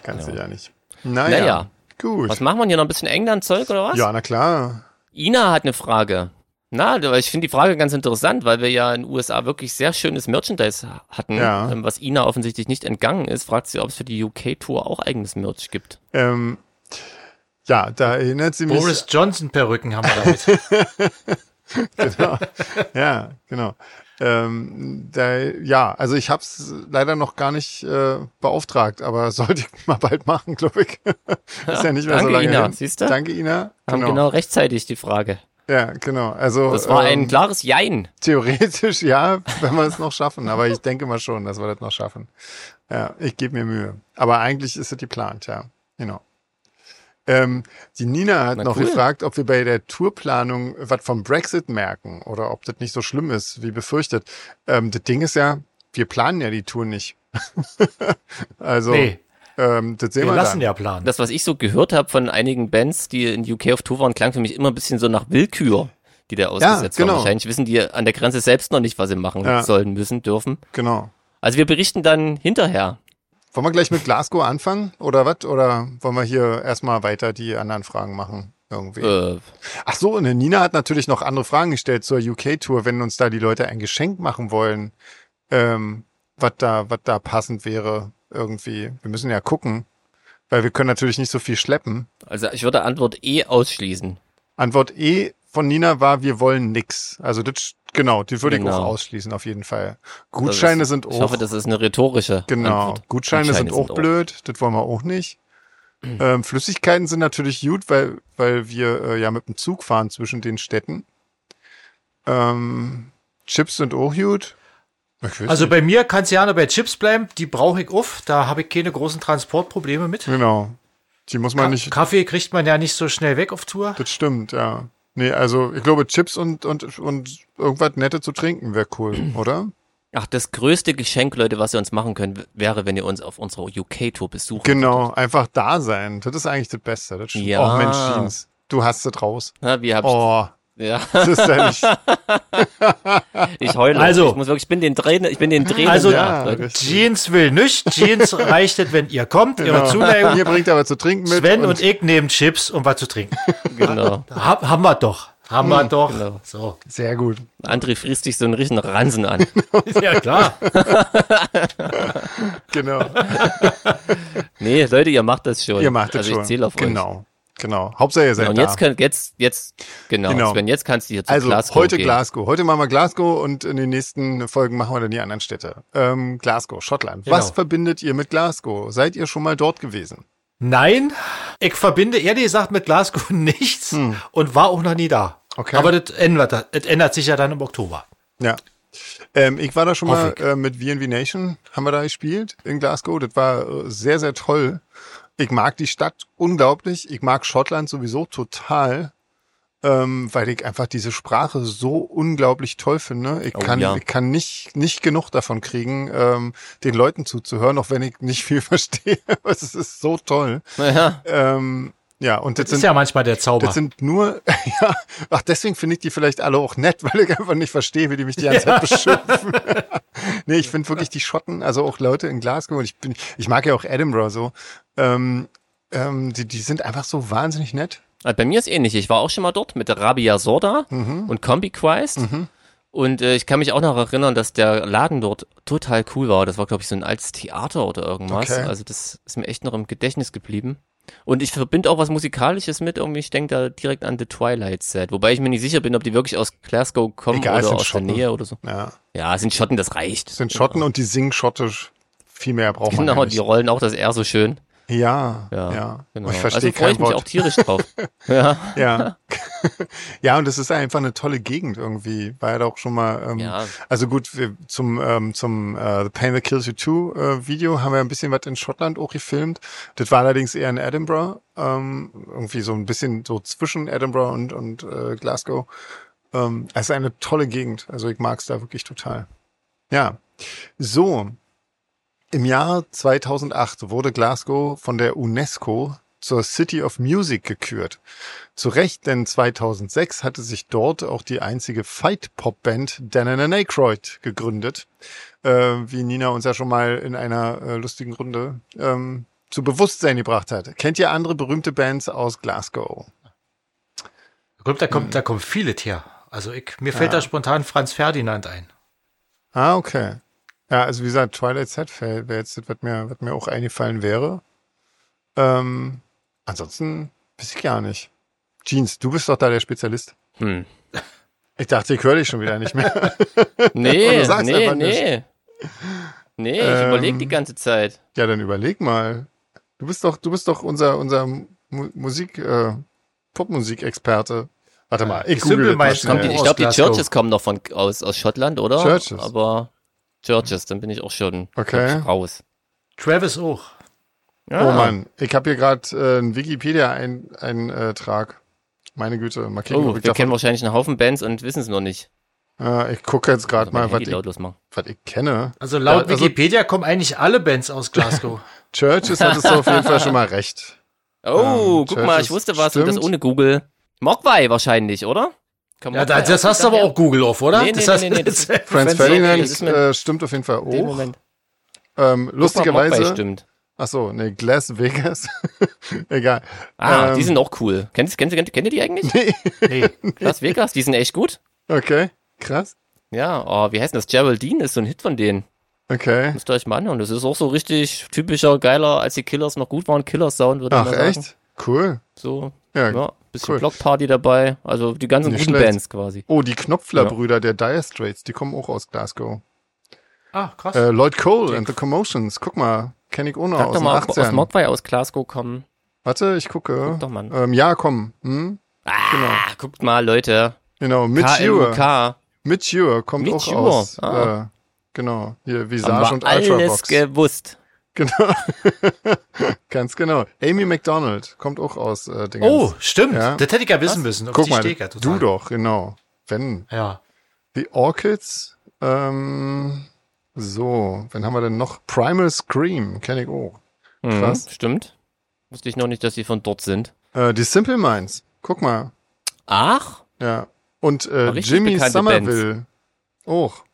Kannst du ja nicht. Naja. Naja. Gut. Was machen wir hier noch ein bisschen England-Zeug oder was? ja, na klar. Ina hat eine Frage. Na, aber ich finde die Frage ganz interessant, weil wir ja in den USA wirklich sehr schönes Merchandise hatten, Ja. ähm, was Ina offensichtlich nicht entgangen ist. Fragt sie, ob es für die UK-Tour auch eigenes Merch gibt. Ähm, ja, da erinnert sie mich. Boris Johnson Perücken haben wir damit. Ja, genau. Ähm, da, ja, also ich habe es leider noch gar nicht äh, beauftragt, aber sollte ich mal bald machen, glaube ich. Ist ja nicht mehr so danke, lange Ina. hin. Siehst du? Danke, Ina. Haben Genau. genau rechtzeitig die Frage. Ja, genau. Also Das war ein ähm, klares Jein. theoretisch ja, wenn wir es noch schaffen. Aber ich denke mal schon, dass wir das noch schaffen. Ja, ich gebe mir Mühe. Aber eigentlich ist es geplant, ja. Genau. Ähm, die Nina hat Na, noch cool. gefragt, ob wir bei der Tourplanung was vom Brexit merken oder ob das nicht so schlimm ist, wie befürchtet. Ähm, das Ding ist ja, wir planen ja die Tour nicht. also, Nee, ähm, das sehen wir wir, lassen dann. ja planen. Das, was ich so gehört habe von einigen Bands, die in UK auf Tour waren, klang für mich immer ein bisschen so nach Willkür, die da ausgesetzt genau. waren. Wahrscheinlich wissen die an der Grenze selbst noch nicht, was sie machen Ja. sollen, müssen, dürfen. Genau. Also wir berichten dann hinterher. Wollen wir gleich mit Glasgow anfangen oder was? Oder wollen wir hier erstmal weiter die anderen Fragen machen? Irgendwie. Äh, Ach so, und Nina hat natürlich noch andere Fragen gestellt zur UK-Tour, wenn uns da die Leute ein Geschenk machen wollen, ähm, was da, was da passend wäre irgendwie. Wir müssen ja gucken, weil wir können natürlich nicht so viel schleppen. also ich würde Antwort E ausschließen. Antwort E von Nina war, wir wollen nix. Also das, sch- genau, die würde ich Genau. auch ausschließen auf jeden Fall. Das Gutscheine ist, sind auch, Ich hoffe, das ist eine rhetorische genau, Antwort. Gutscheine, sind auch blöd, das wollen wir auch nicht. Ähm, Flüssigkeiten sind natürlich gut, weil, weil wir äh, ja mit dem Zug fahren zwischen den Städten. Ähm, Chips sind auch gut. Ich weiß Also nicht. bei mir kann es ja nur bei Chips bleiben, die brauche ich auf, da habe ich keine großen Transportprobleme mit. genau. Die muss man nicht. Kaffee kriegt man ja nicht so schnell weg auf Tour. Das stimmt, ja. Nee, also ich glaube, Chips und, und, und irgendwas Nettes zu trinken wäre cool, oder? Ach, das größte Geschenk, Leute, was ihr uns machen könnt, w- wäre, wenn ihr uns auf unserer UK-Tour besucht. Genau, einfach da sein. Das ist eigentlich das Beste. Das stimmt. Ja. Oh Mensch, Jeans, du hast es raus. Na, wie hab ich, Oh, ja, das ist ja nicht. ich heule. Also- ich muss wirklich, ich bin den Tränen, ich bin den Tränen. Also- nach, ja, Leute. richtig. Jeans will nicht. Jeans reicht es, wenn ihr kommt, ihre Genau. Zuneigung. Ihr bringt aber zu trinken mit. Sven und, ich nehmen Chips und was zu trinken. genau. Hab, haben wir doch. Haben Hm, wir doch. genau. So. Sehr gut. André frisst sich so einen richtigen Ransen an. Ja, klar. Genau. Also Nee, Leute, ihr macht das schon. Ihr macht das also schon. Ich zähle auf euch. genau. Genau. Hauptsache ihr seid Ja, Und da. jetzt könnt, jetzt, jetzt, genau, Genau. Sven, jetzt kannst du hier zu also Glasgow heute gehen. Glasgow. Heute machen wir Glasgow und in den nächsten Folgen machen wir dann die anderen Städte. Ähm, Glasgow, Schottland. Genau. Was verbindet ihr mit Glasgow? Seid ihr schon mal dort gewesen? Nein, ich verbinde ehrlich gesagt mit Glasgow nichts und war auch noch nie da. Hm. Okay. Aber das ändert, das ändert sich ja dann im Oktober. Ja. Ähm, ich war da schon mal Hoffe ich. äh, mit VNV Nation, haben wir da gespielt in Glasgow. Das war äh, sehr, sehr toll. Ich mag die Stadt unglaublich. Ich mag Schottland sowieso total. ähm, weil ich einfach diese Sprache so unglaublich toll finde. Ich Oh, kann, ja. ich kann nicht, nicht genug davon kriegen, ähm, den Leuten zuzuhören, auch wenn ich nicht viel verstehe. Aber es ist so toll. Naja. Ähm, ja, und das, Das ist sind, ja manchmal der Zauber. das sind nur, ja, ach, deswegen finde ich die vielleicht alle auch nett, weil ich einfach nicht verstehe, wie die mich die ganze Zeit beschimpfen. nee, ich finde wirklich die Schotten, also auch Leute in Glasgow, und ich bin, ich mag ja auch Edinburgh so, ähm, ähm, die, die sind einfach so wahnsinnig nett. Also Bei mir ist ähnlich. Ich war auch schon mal dort mit Rabia Sorda Mhm. und Combi Christ. Und äh, ich kann mich auch noch erinnern, dass der Laden dort total cool war. Das war, glaube ich, so ein altes Theater oder irgendwas. Okay. Also das ist mir echt noch im Gedächtnis geblieben. Und ich verbinde auch was Musikalisches mit. Irgendwie, ich denke da direkt an The Twilight Set. Wobei ich mir nicht sicher bin, ob die wirklich aus Glasgow kommen Egal, oder sind aus Schotten. der Nähe oder so. Ja, Ja, es sind Schotten, das reicht. sind Schotten und die singen schottisch. Viel mehr braucht man Genau, gar die nicht. rollen auch das R so schön. Ja, ja, Ja, Genau. Und ich also verstehe freue ich kein Wort. mich auch tierisch drauf. ja. Ja. ja, und es ist einfach eine tolle Gegend irgendwie. War ja auch schon mal. Ähm, Ja. Also gut, wir, zum, ähm, zum äh, The Pain That Kills You 2 äh, Video haben wir ein bisschen was in Schottland auch gefilmt. Das war allerdings eher in Edinburgh. Ähm, irgendwie so ein bisschen so zwischen Edinburgh und, und äh, Glasgow. Ähm, es ist eine tolle Gegend. Also ich mag's da wirklich total. Ja. So. Im Jahr 2008 wurde Glasgow von der UNESCO zur City of Music gekürt. Zu Recht, denn 2006 hatte sich dort auch die einzige Fight-Pop-Band Danon and Aykroyd gegründet, äh, wie Nina uns ja schon mal in einer äh, lustigen Runde ähm, zu Bewusstsein gebracht hat. Kennt ihr andere berühmte Bands aus Glasgow? Ich glaub, da Hm. kommt, da kommt viele her. Also ich, mir fällt da spontan Franz Ferdinand ein. Ah, okay. Ja, also wie gesagt, Twilight Set wäre jetzt, das, was mir, was mir auch eingefallen wäre. Ähm, ansonsten weiß ich gar nicht. Jeans, du bist doch da der Spezialist. Hm. Ich dachte, ich höre dich schon wieder nicht mehr. Und Nee, du sagst nee, einfach nee. Nee, ich Ähm. überlege die ganze Zeit. Ja, dann überleg mal. Du bist doch, du bist doch unser, unser Mu Musik, äh, Popmusikexperte. Warte mal, ich Die google das mal Simple Minds Kommt schnell. die, aus ich glaube, die Glasgow. Churches kommen doch von, aus, aus Schottland, oder? Churches. Aber Churches, dann bin ich auch schon Okay. glaub ich, raus. Travis auch. Oh Mann, ich habe hier gerade äh, einen Wikipedia-Eintrag. äh, Meine Güte, mal kicken, Oh, ob ich, wir kennen davon, wahrscheinlich einen Haufen Bands und wissen es noch nicht. äh, ich gucke jetzt gerade Also mein mal, was Handy ich, lautlos machen. was ich kenne. Also laut Ja, also- Wikipedia kommen eigentlich alle Bands aus Glasgow. Churches hattest du auf jeden Fall schon mal recht. Oh, guck mal, Ähm, Churches, ich wusste was und das stimmt. ohne Google. Mogwai wahrscheinlich, oder? Kann ja, Mogwai das, das auch hast du aber daher? auch Google auf, oder? Nee, nee, das hast, nee, nee, das- Franz Friends- Ferdinand das ist mir- äh, stimmt auf jeden Fall In dem auch. Moment. Guck Ähm, mal, Mogwai lustigerweise, stimmt. ach so, nee, Glass Vegas. Egal. Ah, die Ähm, sind auch cool. Kennst, kennst, kennst, kennt ihr die eigentlich? Nee. nee. Las Vegas, die sind echt gut. Okay, krass. Ja, oh, wie heißt denn das? Geraldine ist so ein Hit von denen. Okay. Müsst ihr euch mal anhören. Das ist auch so richtig typischer, geiler, als die Killers noch gut waren. Killers-Sound, würde ich Ach, mal sagen. echt? Cool. So, Ja. ja, bisschen cool. Blockparty dabei. Also die ganzen Nicht guten schlecht. Bands quasi. Oh, die Knopfler-Brüder der Dire Straits, die kommen auch aus Glasgow. Ah, krass. Äh, Lloyd Cole and the Commotions, guck mal, kenn ich auch noch Sag Ah, aus doch den mal, ob aus 80ern. Mogwai aus Glasgow kommen. Warte, ich gucke. Guck doch mal. Ähm, ja, komm. Hm? Ah, guckt mal, Leute. Genau, Mitch Ewer. KMUK. Mitch Ewer kommt Mitch auch Ewer, aus. ah. Äh, genau, hier Visage Haben und wir alles Ultravox. gewusst. Genau. Ganz genau. Amy McDonald kommt auch aus äh, Dingens. oh, stimmt. Ja. Das hätte ich ja wissen müssen. Auf guck die mal, steht ja total. du doch, genau. Wenn, Ja. The Orchids. Ähm, so, wen haben wir denn noch? Primal Scream, kenne ich auch. Mhm, Krass. Stimmt. Wusste ich noch nicht, dass die von dort sind. Äh, die Simple Minds, guck mal. Ach, Ja. Und äh, Aber richtig Jimmy bekannte Somerville. Auch.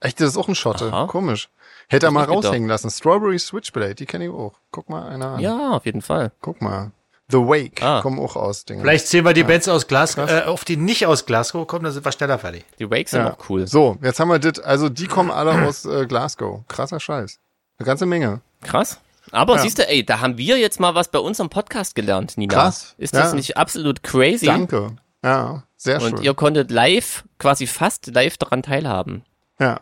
Echt, das ist auch ein Schotte. Aha. Komisch. Hätte er ich mal nicht gedacht. raushängen lassen. Strawberry Switchblade, die kenne ich auch. Guck mal einer an. ja, auf jeden Fall. Guck mal. The Wake Ah. kommen auch aus Dingen. Vielleicht sehen wir die Bands aus Glasgow, äh, auf die nicht aus Glasgow kommen, dann sind wir schneller fertig. Die Wakes sind auch cool. So, jetzt haben wir das. Also die kommen alle aus äh, Glasgow. Krasser Scheiß. Eine ganze Menge. Krass. Aber Ja. siehst du, ey, da haben wir jetzt mal was bei unserem Podcast gelernt, Nina. Krass. Ist das Ja. nicht absolut crazy? Danke. Ja, sehr schön. Und ihr konntet live, quasi fast live daran teilhaben. Ja.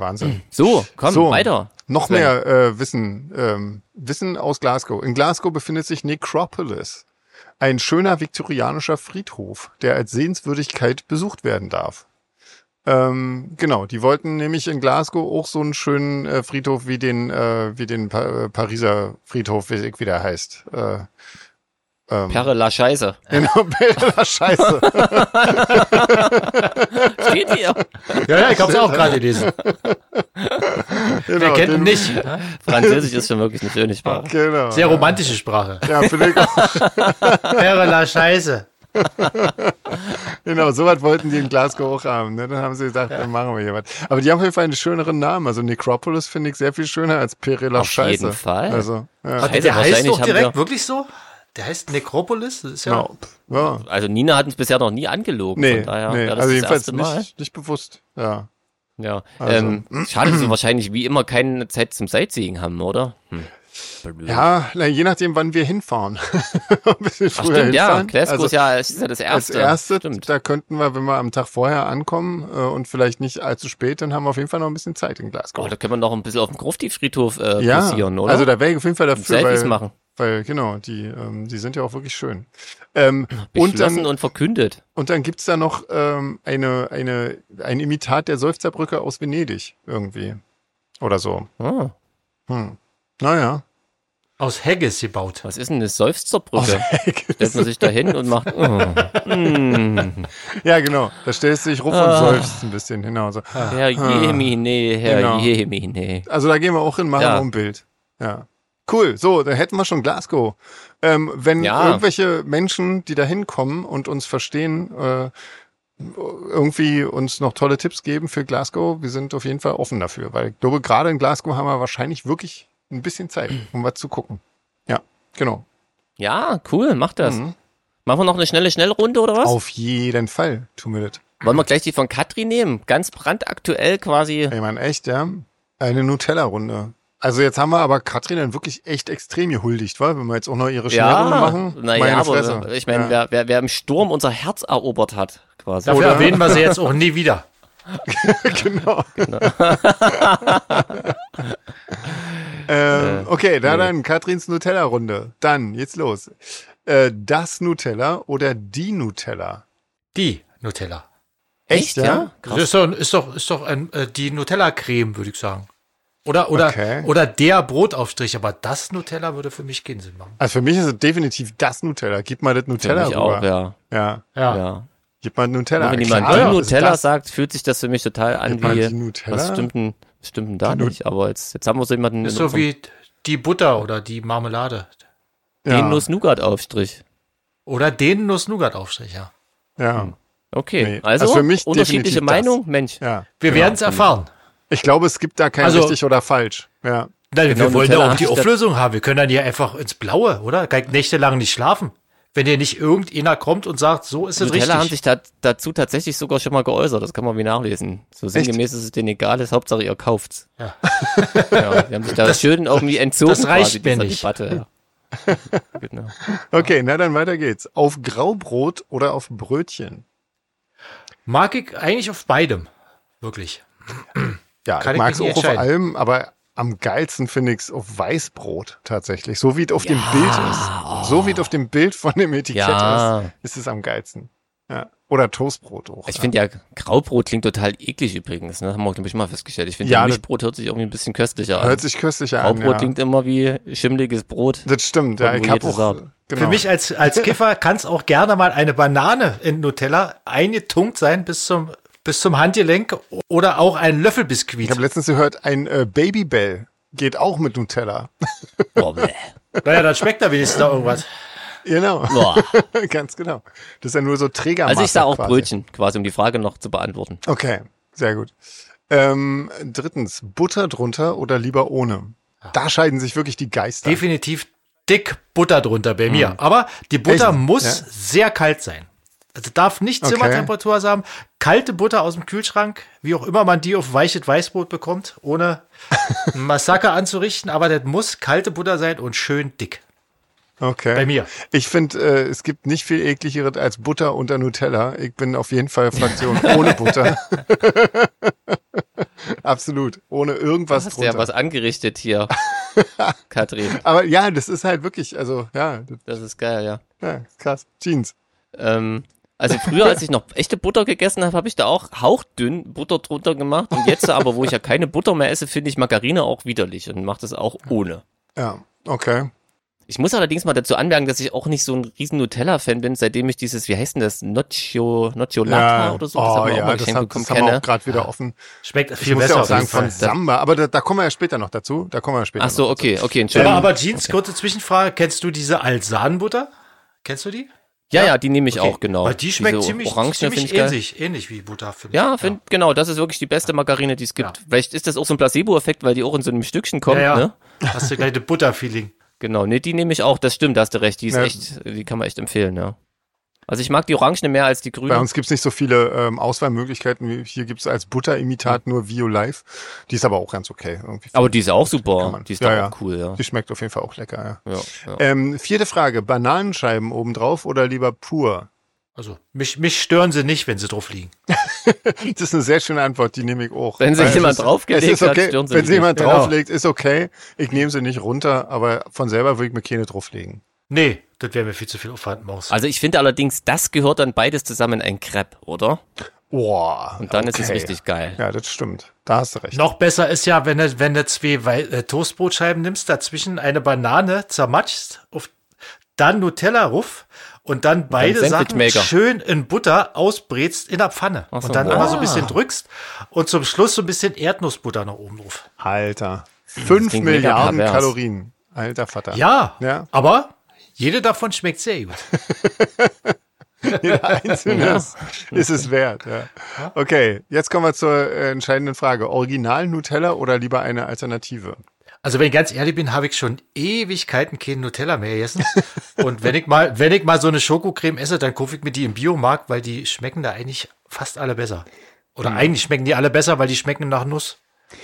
Wahnsinn. So, komm, So. weiter. Noch Sven. mehr äh, Wissen. Ähm, Wissen aus Glasgow. In Glasgow befindet sich Necropolis. Ein schöner viktorianischer Friedhof, der als Sehenswürdigkeit besucht werden darf. Ähm, genau, die wollten nämlich in Glasgow auch so einen schönen äh, Friedhof wie den, äh, wie den pa äh, Pariser Friedhof, wie, wie der heißt. Äh, Ähm, Perre la Scheiße. Genau, Perla Scheiße. Steht hier. Ja, ja, ich hab's auch gerade gelesen. Genau, Wer kennt ihn den- nicht? Französisch ist schon wirklich eine schöne Sprache. Genau. Sehr romantische Sprache. ja, finde ich auch. Wäre la Scheiße. Genau, so was wollten die in Glasgow auch haben. Ne? Dann haben sie gesagt, dann machen wir hier was. Aber die haben auf jeden Fall einen schöneren Namen. Also Necropolis finde ich sehr viel schöner als Perela Auf Scheiße. jeden Fall. Also, ja. Scheiße, der heißt wahrscheinlich doch haben direkt wir- wirklich so? Der heißt Necropolis? Das ist ja. Genau. Ja. Also Nina hat uns bisher noch nie angelogen. Nee, von daher nee. wäre das also das jedenfalls erste Mal. nicht, nicht bewusst. Ja. Ja. Also. Ähm, schade, dass wir wahrscheinlich wie immer keine Zeit zum Sightseeing haben, oder? Hm. Ja, na, je nachdem, wann wir hinfahren. Ein bisschen Ach, früher stimmt, ja. hinfahren. Glasgow also, ist, ja, es ist ja das als erste. erste, Stimmt. da könnten wir, wenn wir am Tag vorher ankommen äh, und vielleicht nicht allzu spät, dann haben wir auf jeden Fall noch ein bisschen Zeit in Glasgow. Oh, da können wir noch ein bisschen auf dem Grufti-Friedhof äh, ja, passieren, oder? also da wäre ich auf jeden Fall Und dafür, Selfies weil, machen. weil genau, die, ähm, die sind ja auch wirklich schön. Ähm, und Beschlossen und, dann, verkündet. und dann gibt's da noch ähm, eine, eine, ein Imitat der Seufzerbrücke aus Venedig irgendwie. Oder so. Ah, Hm. Naja. Aus Haggis gebaut. was ist denn eine Seufzerbrücke? Aus- Stellt man sich da hin und macht. Oh, mm, Ja, genau. Da stellst du dich rum und Ah. seufzt ein bisschen Genau hinaus. Herr Jemine, Herr Ah. Genau. Jemine. Also da gehen wir auch hin, machen Ja. wir auch ein Bild. Ja. Cool, so, dann hätten wir schon Glasgow. Ähm, wenn Ja. irgendwelche Menschen, die da hinkommen und uns verstehen, äh, irgendwie uns noch tolle Tipps geben für Glasgow, wir sind auf jeden Fall offen dafür, weil ich glaube, gerade in Glasgow haben wir wahrscheinlich wirklich ein bisschen Zeit, um was zu gucken. Ja, genau. Ja, cool, mach das. Mhm. Machen wir noch eine schnelle Schnellrunde oder was? Auf jeden Fall tun wir das. Wollen wir gleich die von Katrin nehmen? Ganz brandaktuell quasi. Ey, man, echt, ja. Eine Nutella-Runde. Also jetzt haben wir aber Katrin dann wirklich echt extrem gehuldigt, weil wenn wir jetzt auch noch ihre Schnellrunde machen, naja, meine aber Fresse. ich meine, ja. wer, wer, wer im Sturm unser Herz erobert hat, quasi. Dafür Oder- erwähnen wir sie jetzt auch nie wieder. genau. Äh, ähm, okay, da dann Katrins Nutella-Runde. Dann, jetzt los. Äh, das Nutella oder die Nutella? Die Nutella. Echt, ja? Das ist doch, ist doch, ist doch ein, äh, die Nutella-Creme, würde ich sagen. Oder, oder, Okay. oder der Brotaufstrich, aber das Nutella würde für mich keinen Sinn machen. Also für mich ist es definitiv das Nutella. Gib mal das Nutella für mich rüber. auch, ja. ja. ja. Gib mal Nutella. Nur wenn jemand Klar, die das ist Nutella das. sagt, fühlt sich das für mich total an Jemand wie. die Nutella? Was stimmt denn, was stimmt denn da Die Nut- nicht? Aber jetzt, jetzt haben wir so jemanden Ist in so unserem- wie die Butter oder die Marmelade. den Ja, Nuss-Nougat-Aufstrich. Oder den Nuss-Nougat-Aufstrich, ja. ja, Okay, Nee, also, also für mich unterschiedliche definitiv das. Meinung, Mensch. ja. Wir werden es erfahren. Ich glaube, es gibt da kein Also- richtig oder falsch. Ja. Nein, Genau, wir wollen Nutella ja auch hat die sich das- Auflösung haben. Wir können dann hier einfach ins Blaue, oder? Kann ich nächtelang nicht schlafen. Wenn dir nicht irgendeiner kommt und sagt, so ist es Nutella haben richtig. sich da, dazu tatsächlich sogar schon mal geäußert, das kann man wie nachlesen. So sinngemäß ist es denen egal, ist Hauptsache ihr kauft's. Ja. ja die haben sich da schön irgendwie entzogen das reicht quasi, mir dieser nicht. Debatte. Ja. genau. Okay, na dann weiter geht's. Auf Graubrot oder auf Brötchen? Mag ich eigentlich auf beidem. Wirklich. Ja, ich Kann ich mag's mich auch nicht auf entscheiden. allem, aber am geilsten finde ich's auf Weißbrot tatsächlich. So wie es auf dem Bild ist. So wie es auf dem Bild von dem Etikett Ja. ist, ist es am geilsten. Ja. Oder Toastbrot auch. Ich ja. finde ja, Graubrot klingt total eklig übrigens, ne? haben wir glaube ich mal festgestellt. Ich finde, Ja, ja, das- Mischbrot hört sich irgendwie ein bisschen köstlicher an. Hört sich köstlicher an. Graubrot Ja. klingt immer wie schimmeliges Brot. das stimmt, ja. Ich hab Konvoliertes auch, Saat. genau. Für mich als, als Kiffer kann es auch gerne mal eine Banane in Nutella eingetunkt sein bis zum, bis zum Handgelenk oder auch ein Löffelbiskuit. ich habe letztens gehört, ein äh, Babybell geht auch mit Nutella. Boah, bleh. Naja, dann schmeckt da wenigstens noch irgendwas. genau. Boah. Ganz genau. Das ist ja nur so Trägermasse Also ich sah auch quasi. Brötchen, quasi, um die Frage noch zu beantworten. Okay, sehr gut. Ähm, drittens, Butter drunter oder lieber ohne? Ah. Da scheiden sich wirklich die Geister. Definitiv dick Butter drunter bei mir. Aber die Butter Mhm. Echt? muss Ja. sehr kalt sein. Also darf nicht Okay. Zimmertemperatur haben. Kalte Butter aus dem Kühlschrank, wie auch immer man die auf weiches Weißbrot bekommt, ohne ein Massaker anzurichten. Aber das muss kalte Butter sein und schön dick. Okay. Bei mir. Ich finde, äh, es gibt nicht viel ekligeres als Butter unter Nutella. Ich bin auf jeden Fall Fraktion ohne Butter. Absolut. Ohne irgendwas Hast du drunter. ja was angerichtet hier, Katrin. Aber ja, das ist halt wirklich, also ja, das, Das ist geil, ja. ja krass. Jeans. Ähm, also früher, als ich noch echte Butter gegessen habe, habe ich da auch hauchdünn Butter drunter gemacht. Und jetzt aber, wo ich ja keine Butter mehr esse, finde ich Margarine auch widerlich und mache das auch ohne. Ja, okay. Ich muss allerdings mal dazu anmerken, dass ich auch nicht so ein riesen Nutella-Fan bin, seitdem ich dieses, wie heißt denn das, Noccio, Nocciolata oder so, oh, haben wir auch ja, mal das, geschenkt haben, bekommen, das haben wir kenne. auch gerade wieder offen. Schmeckt Ich viel muss ja besser auch sagen, auf jeden von Fall. Samba, aber da, da kommen wir ja später noch dazu. Da kommen wir ja später Ach so, noch okay, okay, Aber, Entschuldigung. aber Jeans, kurze Zwischenfrage. Kennst du diese Alsanbutter? Kennst du die? ja, ja, die nehme ich Okay. auch, genau. Weil die schmeckt Diese ziemlich, Orangene finde ziemlich ich geil. ähnlich, ähnlich wie Butter, finde Ja, find, genau, das ist wirklich die beste Margarine, die es gibt. Ja. Vielleicht ist das auch so ein Placebo-Effekt, weil die auch in so einem Stückchen kommt, ja, ja. ne? Hast du gleich das Butterfeeling. Genau, nee, die nehme ich auch, das stimmt, da hast du recht, die ist Ja. echt, die kann man echt empfehlen, ja. Also ich mag die Orangene mehr als die Bei Grüne. uns gibt's nicht so viele ähm, Auswahlmöglichkeiten. wie- Hier gibt's als Butterimitat nur Vio Live. Die ist aber auch ganz okay. Irgendwie. Aber die ist auch super, Kann man- die ist Ja, doch ja. auch cool, ja. Die schmeckt auf jeden Fall auch lecker, ja. ja, ja. Ähm, vierte Frage. Bananenscheiben obendrauf oder lieber pur? Also, mich, mich stören sie nicht, wenn sie drauf liegen. Das ist eine sehr schöne Antwort, die nehme ich auch. Wenn sie Weil es jemand ist- draufgelegt es ist hat, okay. stören sie Wenn mich sie jemand nicht. Genau. drauflegt, ist okay. Ich nehme sie nicht runter, aber von selber würde ich mir keine drauflegen. Nee, das wäre mir viel zu viel Aufwand, Maus. Also ich finde allerdings, das gehört dann beides zusammen in ein Crepe, oder? Boah. Und dann ist es okay. richtig geil. Ja, das stimmt. Da hast du recht. Noch besser ist ja, wenn du, wenn du zwei Wei äh, Toastbrotscheiben nimmst, dazwischen eine Banane zermatschst, auf, dann Nutella ruf und dann beide Sachen Sandwichmaker. schön in Butter ausbrätst in der Pfanne. Ach so, und dann wow. immer so ein bisschen drückst und zum Schluss so ein bisschen Erdnussbutter noch oben drauf. Alter. Fünf klingt mega Milliarden pervers. Kalorien. Alter Vater. Ja, Ja. aber jede davon schmeckt sehr gut. Jeder einzelne ist- ist es wert. Ja. Okay, jetzt kommen wir zur äh, entscheidenden Frage. Original Nutella oder lieber eine Alternative? Also wenn ich ganz ehrlich bin, habe ich schon Ewigkeiten keinen Nutella mehr gegessen. Und wenn ich mal, wenn ich mal so eine Schokocreme esse, dann kaufe ich mir die im Biomarkt, weil die schmecken da eigentlich fast alle besser. Oder Mhm. eigentlich schmecken die alle besser, weil die schmecken nach Nuss.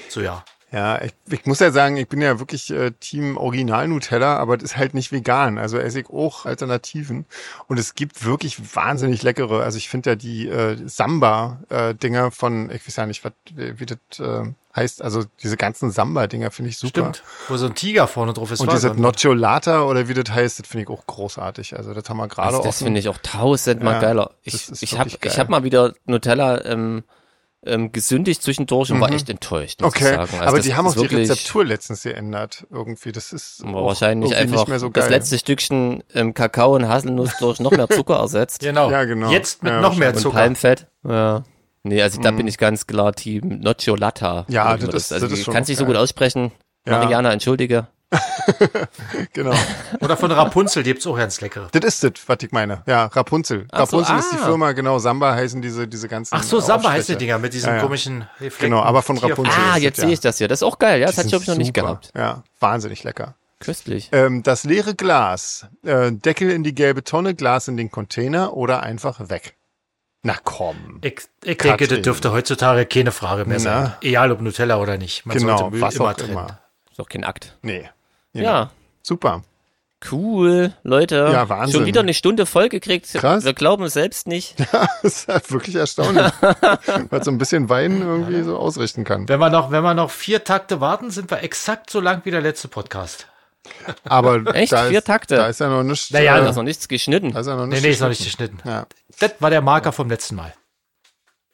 So ja. Ja, ich, ich muss ja sagen, ich bin ja wirklich äh, Team Original Nutella, aber das ist halt nicht vegan. Also esse ich auch Alternativen. Und es gibt wirklich wahnsinnig leckere. Also ich finde ja die äh, Samba-Dinger von, ich weiß ja nicht, was, wie das äh, heißt. Also diese ganzen Samba-Dinger finde ich super. Stimmt. Wo so ein Tiger vorne drauf ist. Und war dieses so ein- Nocciolata oder wie das heißt, das finde ich auch großartig. Also das haben wir gerade Also offen. das finde ich auch tausendmal Ja, geiler. das Ich, ist ich habe wirklich geil. hab mal wieder Nutella ähm, ähm, gesündigt zwischendurch und war echt enttäuscht, muss ich Mhm. Okay, sagen. Also aber das die haben ist auch die wirklich- Rezeptur letztens geändert irgendwie. Das ist war auch Wahrscheinlich irgendwie einfach nicht mehr so geil. das letzte Stückchen ähm, Kakao und Haselnuss durch noch mehr Zucker ersetzt Genau. Ja, genau. Jetzt mit Ja, noch mehr und Zucker. Palmfett. Ja. Nee, also da bin ich ganz klar Team Nocciolata. Mhm. Ja, Irgendwie das ist- also das ist schon kannst nicht so geil. gut aussprechen. Ja. Mariana, entschuldige. Genau. Oder von Rapunzel, die gibt's auch ganz leckere. Das ist das, was ich meine. Ja, Rapunzel. Ach so, Rapunzel ist die ah. Firma, genau. Samba heißen diese, diese ganzen. Ach so, Samba Aufstriche. heißt die Dinger mit diesen Ja, ja. komischen Reflekten. Genau, aber von Tier- Rapunzel. Ah, ist jetzt das, sehe ja. ich das hier. Das ist auch geil, ja. Das Die hatte ich, glaube sind ich, noch nicht gehabt. super. Ja, wahnsinnig lecker. Köstlich. Ähm, das leere Glas, äh, Deckel in die gelbe Tonne, Glas in den Container oder einfach weg. Na komm. Ah, Ich, ich denke, das Katrin. dürfte heutzutage keine Frage mehr sein. Na. Egal ob Nutella oder nicht. Man genau, sollte Müll was immer auch trennen. immer. Ist doch kein Akt. Nee. Genau. Ja. Super. Cool, Leute. Ja, Wahnsinn. Schon wieder eine Stunde voll gekriegt. Krass. Wir glauben es selbst nicht. Das ist halt wirklich erstaunlich, weil so ein bisschen Wein irgendwie so ausrichten kann. Wenn wir, noch, wenn wir noch vier Takte warten, sind wir exakt so lang wie der letzte Podcast. Aber Echt? Da ist, Vier Takte? Da ist ja noch nichts. Naja, äh, Da ist noch nichts geschnitten. da ist ja noch also- Nee, nichts. nee, ist noch nicht geschnitten. geschnitten. Ja, Das war der Marker vom letzten Mal.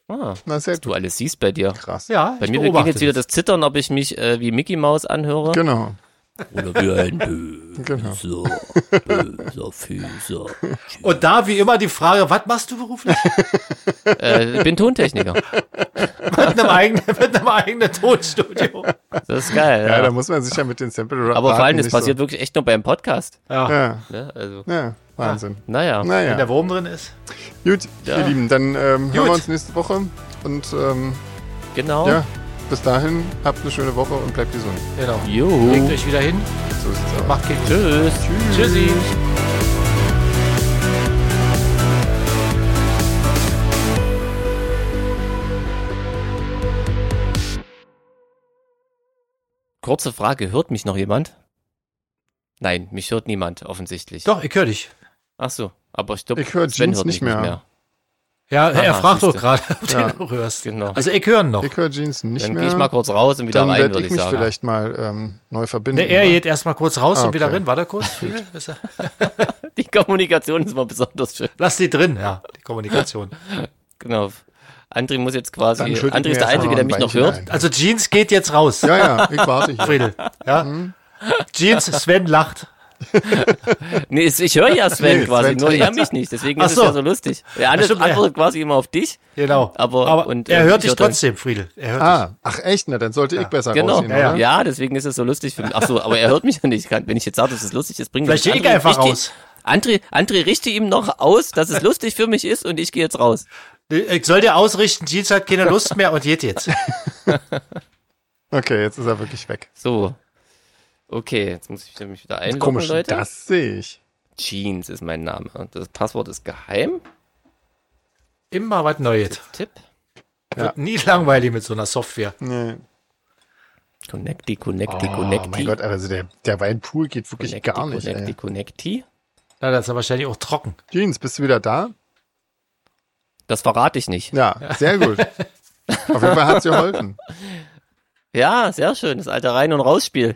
Ah, na sehr du gut. alles siehst bei dir. Krass. Ja, Bei ich mir beginnt beobachte jetzt wieder das. das Zittern, ob ich mich äh, wie Mickey Mouse anhöre. Genau. Oder wie ein böser, Genau. böser Füßer. Und da wie immer die Frage, was machst du beruflich? Äh, ich bin Tontechniker. mit, einem eigenen, mit einem eigenen Tonstudio. Das ist geil. Ja, Ja, da muss man sich ja mit den Sample Aber vor allem, Daten das nicht passiert wirklich echt nur beim Podcast. So. Ja, Ne? Also, ja, Wahnsinn. naja. Wenn der Naja, Wurm drin ist. gut, Ja. ihr Lieben, dann ähm, hören Gut. wir uns nächste Woche und ähm, Genau. ja, bis dahin habt eine schöne Woche und bleibt gesund. Genau. Legt Jo. euch wieder hin. So sieht's aus. Macht keinen Tschüss. Tschüss. Tschüssi. Kurze Frage, hört mich noch jemand? Nein, mich hört niemand, offensichtlich. Doch, ich höre dich. Ach so, aber ich glaube, Ich hör Sven Jeans hört nicht mich mehr. Ja, er Ah, fragt doch siehste. gerade, ob Ja. du noch hörst. Genau. Also ich höre ihn noch. Ich höre Jeans nicht Dann mehr. gehe ich mal kurz raus und wieder dann rein, werde würde ich ich mich sagen. vielleicht mal ähm, neu verbinden. Ne, er geht erstmal kurz raus Ah, und wieder okay. rein. Warte kurz. Ist er- Die Kommunikation ist mal besonders schön. Lass die drin, ja, die Kommunikation. Genau. André muss jetzt quasi. Dann schütte ich André mir ist der erst mal Einzige, der mich ein noch Weinchen hört. ein. Also Jeans geht jetzt raus. Ja, ja, ich warte hier. Friedel. Ja. Jeans, Sven lacht. Nee, es- ich höre ja Sven Nee, quasi, Sven- nur er mich nicht, deswegen Ach ist so. es ja so lustig. Der andere stimmt, ja. antwortet quasi immer auf dich. Genau. Aber- Aber und, er ähm, hört ich dich hör dann- trotzdem, Friedel. Er hört dich. Ah, ach echt, na, dann sollte ich besser Genau. rausgehen, Ja, oder? ja. deswegen ist es so lustig für mich. Ach so, aber er hört mich ja nicht. Kann- Wenn ich jetzt sage, dass es lustig ist, bringt Vielleicht das geh ich einfach richtig- raus. André, André richte ihm noch aus, dass es lustig für mich ist und ich gehe jetzt raus. Ich soll dir ausrichten, Jeans hat keine Lust mehr und geht jetzt. Okay, jetzt ist er wirklich weg. So. Okay, jetzt muss ich mich wieder einloggen, Komisch, Leute. das sehe ich. Jeans ist mein Name. Das Passwort ist geheim. Immer was Neues. Tipp. Wird nie langweilig mit so einer Software. Nee. Connecti, connecti, Oh connecti. mein Gott, also der, der Weinpool geht wirklich connecti, gar nicht. connecti, Ey. connecti. Na, das ist ja wahrscheinlich auch trocken. Jeans, bist du wieder da? Das verrate ich nicht. Ja, sehr gut. Auf jeden Fall hat es geholfen. Ja, sehr schön. Das alte Rein- und Rausspiel.